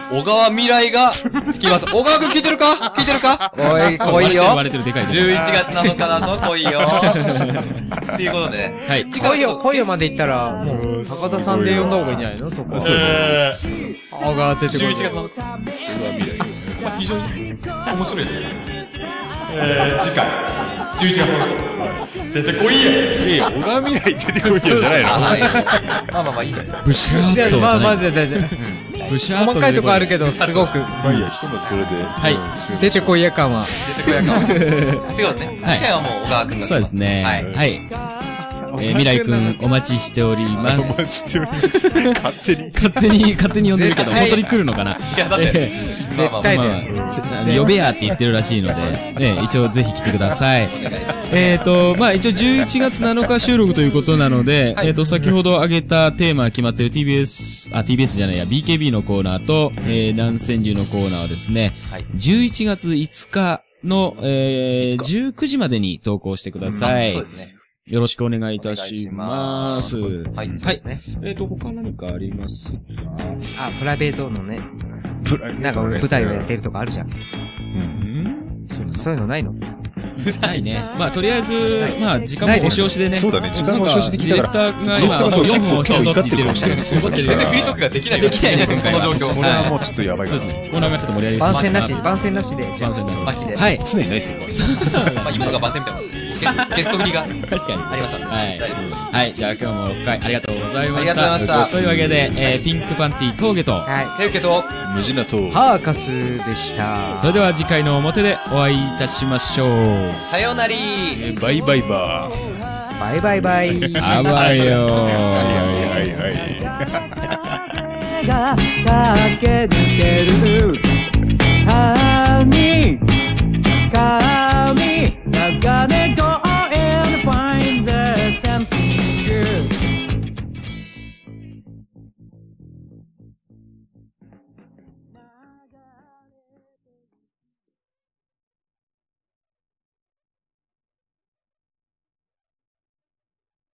S7: 小川未来が、つきます。小川くん聞いてるか聞いてるか
S4: *laughs*
S7: おい、来いよ。
S4: 割れてる割れてるでかい
S7: 11月7日だぞ、
S4: *laughs*
S7: 来いよ。っていうことで、
S4: はい。
S6: 来い
S7: 次回はち
S6: よ、
S7: ょっと
S6: 来いよまで行ったら、もう、高田さんで呼んだ方がいいんじゃないのそこは。顔が出てこ
S7: 11
S6: ない。
S7: 月7日。これ非常に面白いやつ。
S5: いや、小川未来出てこいよじゃないの
S7: あ、はい。まあまあまあいいや。
S4: ブシャーっとじゃ
S6: まあ、
S4: な
S6: ま
S4: い。
S6: ず大丈夫。
S4: ブシャーっと。
S6: 細かいとこあるけど、すごく、
S5: まあいいや、ひとまずこれで。はい
S6: 出てこいや感は。
S7: 出てこやかも。ってことでね、次
S4: はい
S7: 回はもう小川くんが。
S4: そうですね。
S7: は
S4: はいい。。えー、未来くん、お待ちしており
S5: お
S4: ま
S5: 待ち
S4: す。
S5: しております。勝手に。
S4: 勝手に、勝手に呼んでるけど、
S6: 絶対
S4: 本当に来るのかない
S7: や、だって、まあまあまあ
S6: 対
S4: まあ、つあの呼べやって言ってるらしいので、ね、一応ぜひ来てください。えっ、と、まあ一応11月7日収録ということなので、えっ、と、先ほど挙げたテーマが決まってる TBS、あ、TBS じゃないや、BKB のコーナーと、えー、南川流のコーナーはですね、
S7: はい
S4: 11月5日の、えー、19時までに投稿してください。
S7: そうですね。
S4: よろしくお願いいたします。
S7: お願いしますはい。
S4: はい。えっ、と、他何かありますか
S6: あ、プライベートのね、
S5: プライベート
S6: なんか俺舞台をやってるとかあるじゃん。そういうのないの
S4: ないね。まあ、とりあえず、まあ、時間も押し押しでね。
S5: そうだね、時間を消費できたから。
S4: なんディレクターが今、
S5: そ
S4: も
S5: う
S4: う4分押したぞって言ってる
S5: 今日怒ってるかもしれないですよ
S4: 怒ってる
S7: 全然フリートークができないよね。
S4: できないね
S7: この状況。
S5: これはもうちょっとやばい
S4: そ
S5: か
S4: うで
S5: ら
S4: す。ね。コーナーがちょっと盛り上げ
S6: 番宣なし、
S4: 番
S6: 番宣なしで。じゃあ
S4: 宣なし。
S7: 巻きで
S4: はい。
S5: 常にないですよ、
S7: まあ今のが万全みたいな。ゲスゲスト振りが。
S4: 確かに。
S7: ありました
S4: はい。
S7: 大丈夫です
S4: はい。じゃあ今日も6回ありがとうございました。
S7: ありがとうございました
S4: というわけで、えー、ピンクパンティ峠と、
S6: はい。
S7: ケルケと、
S5: 無事なと。
S6: パーカスでした。
S4: それでは次回の表でお会いいたしましょう。
S7: さよなり
S5: えーバイバイバー。
S6: バイバイバイ。
S4: あばよー。
S5: はいはいはい。 *laughs*
S3: 駆け抜ける波に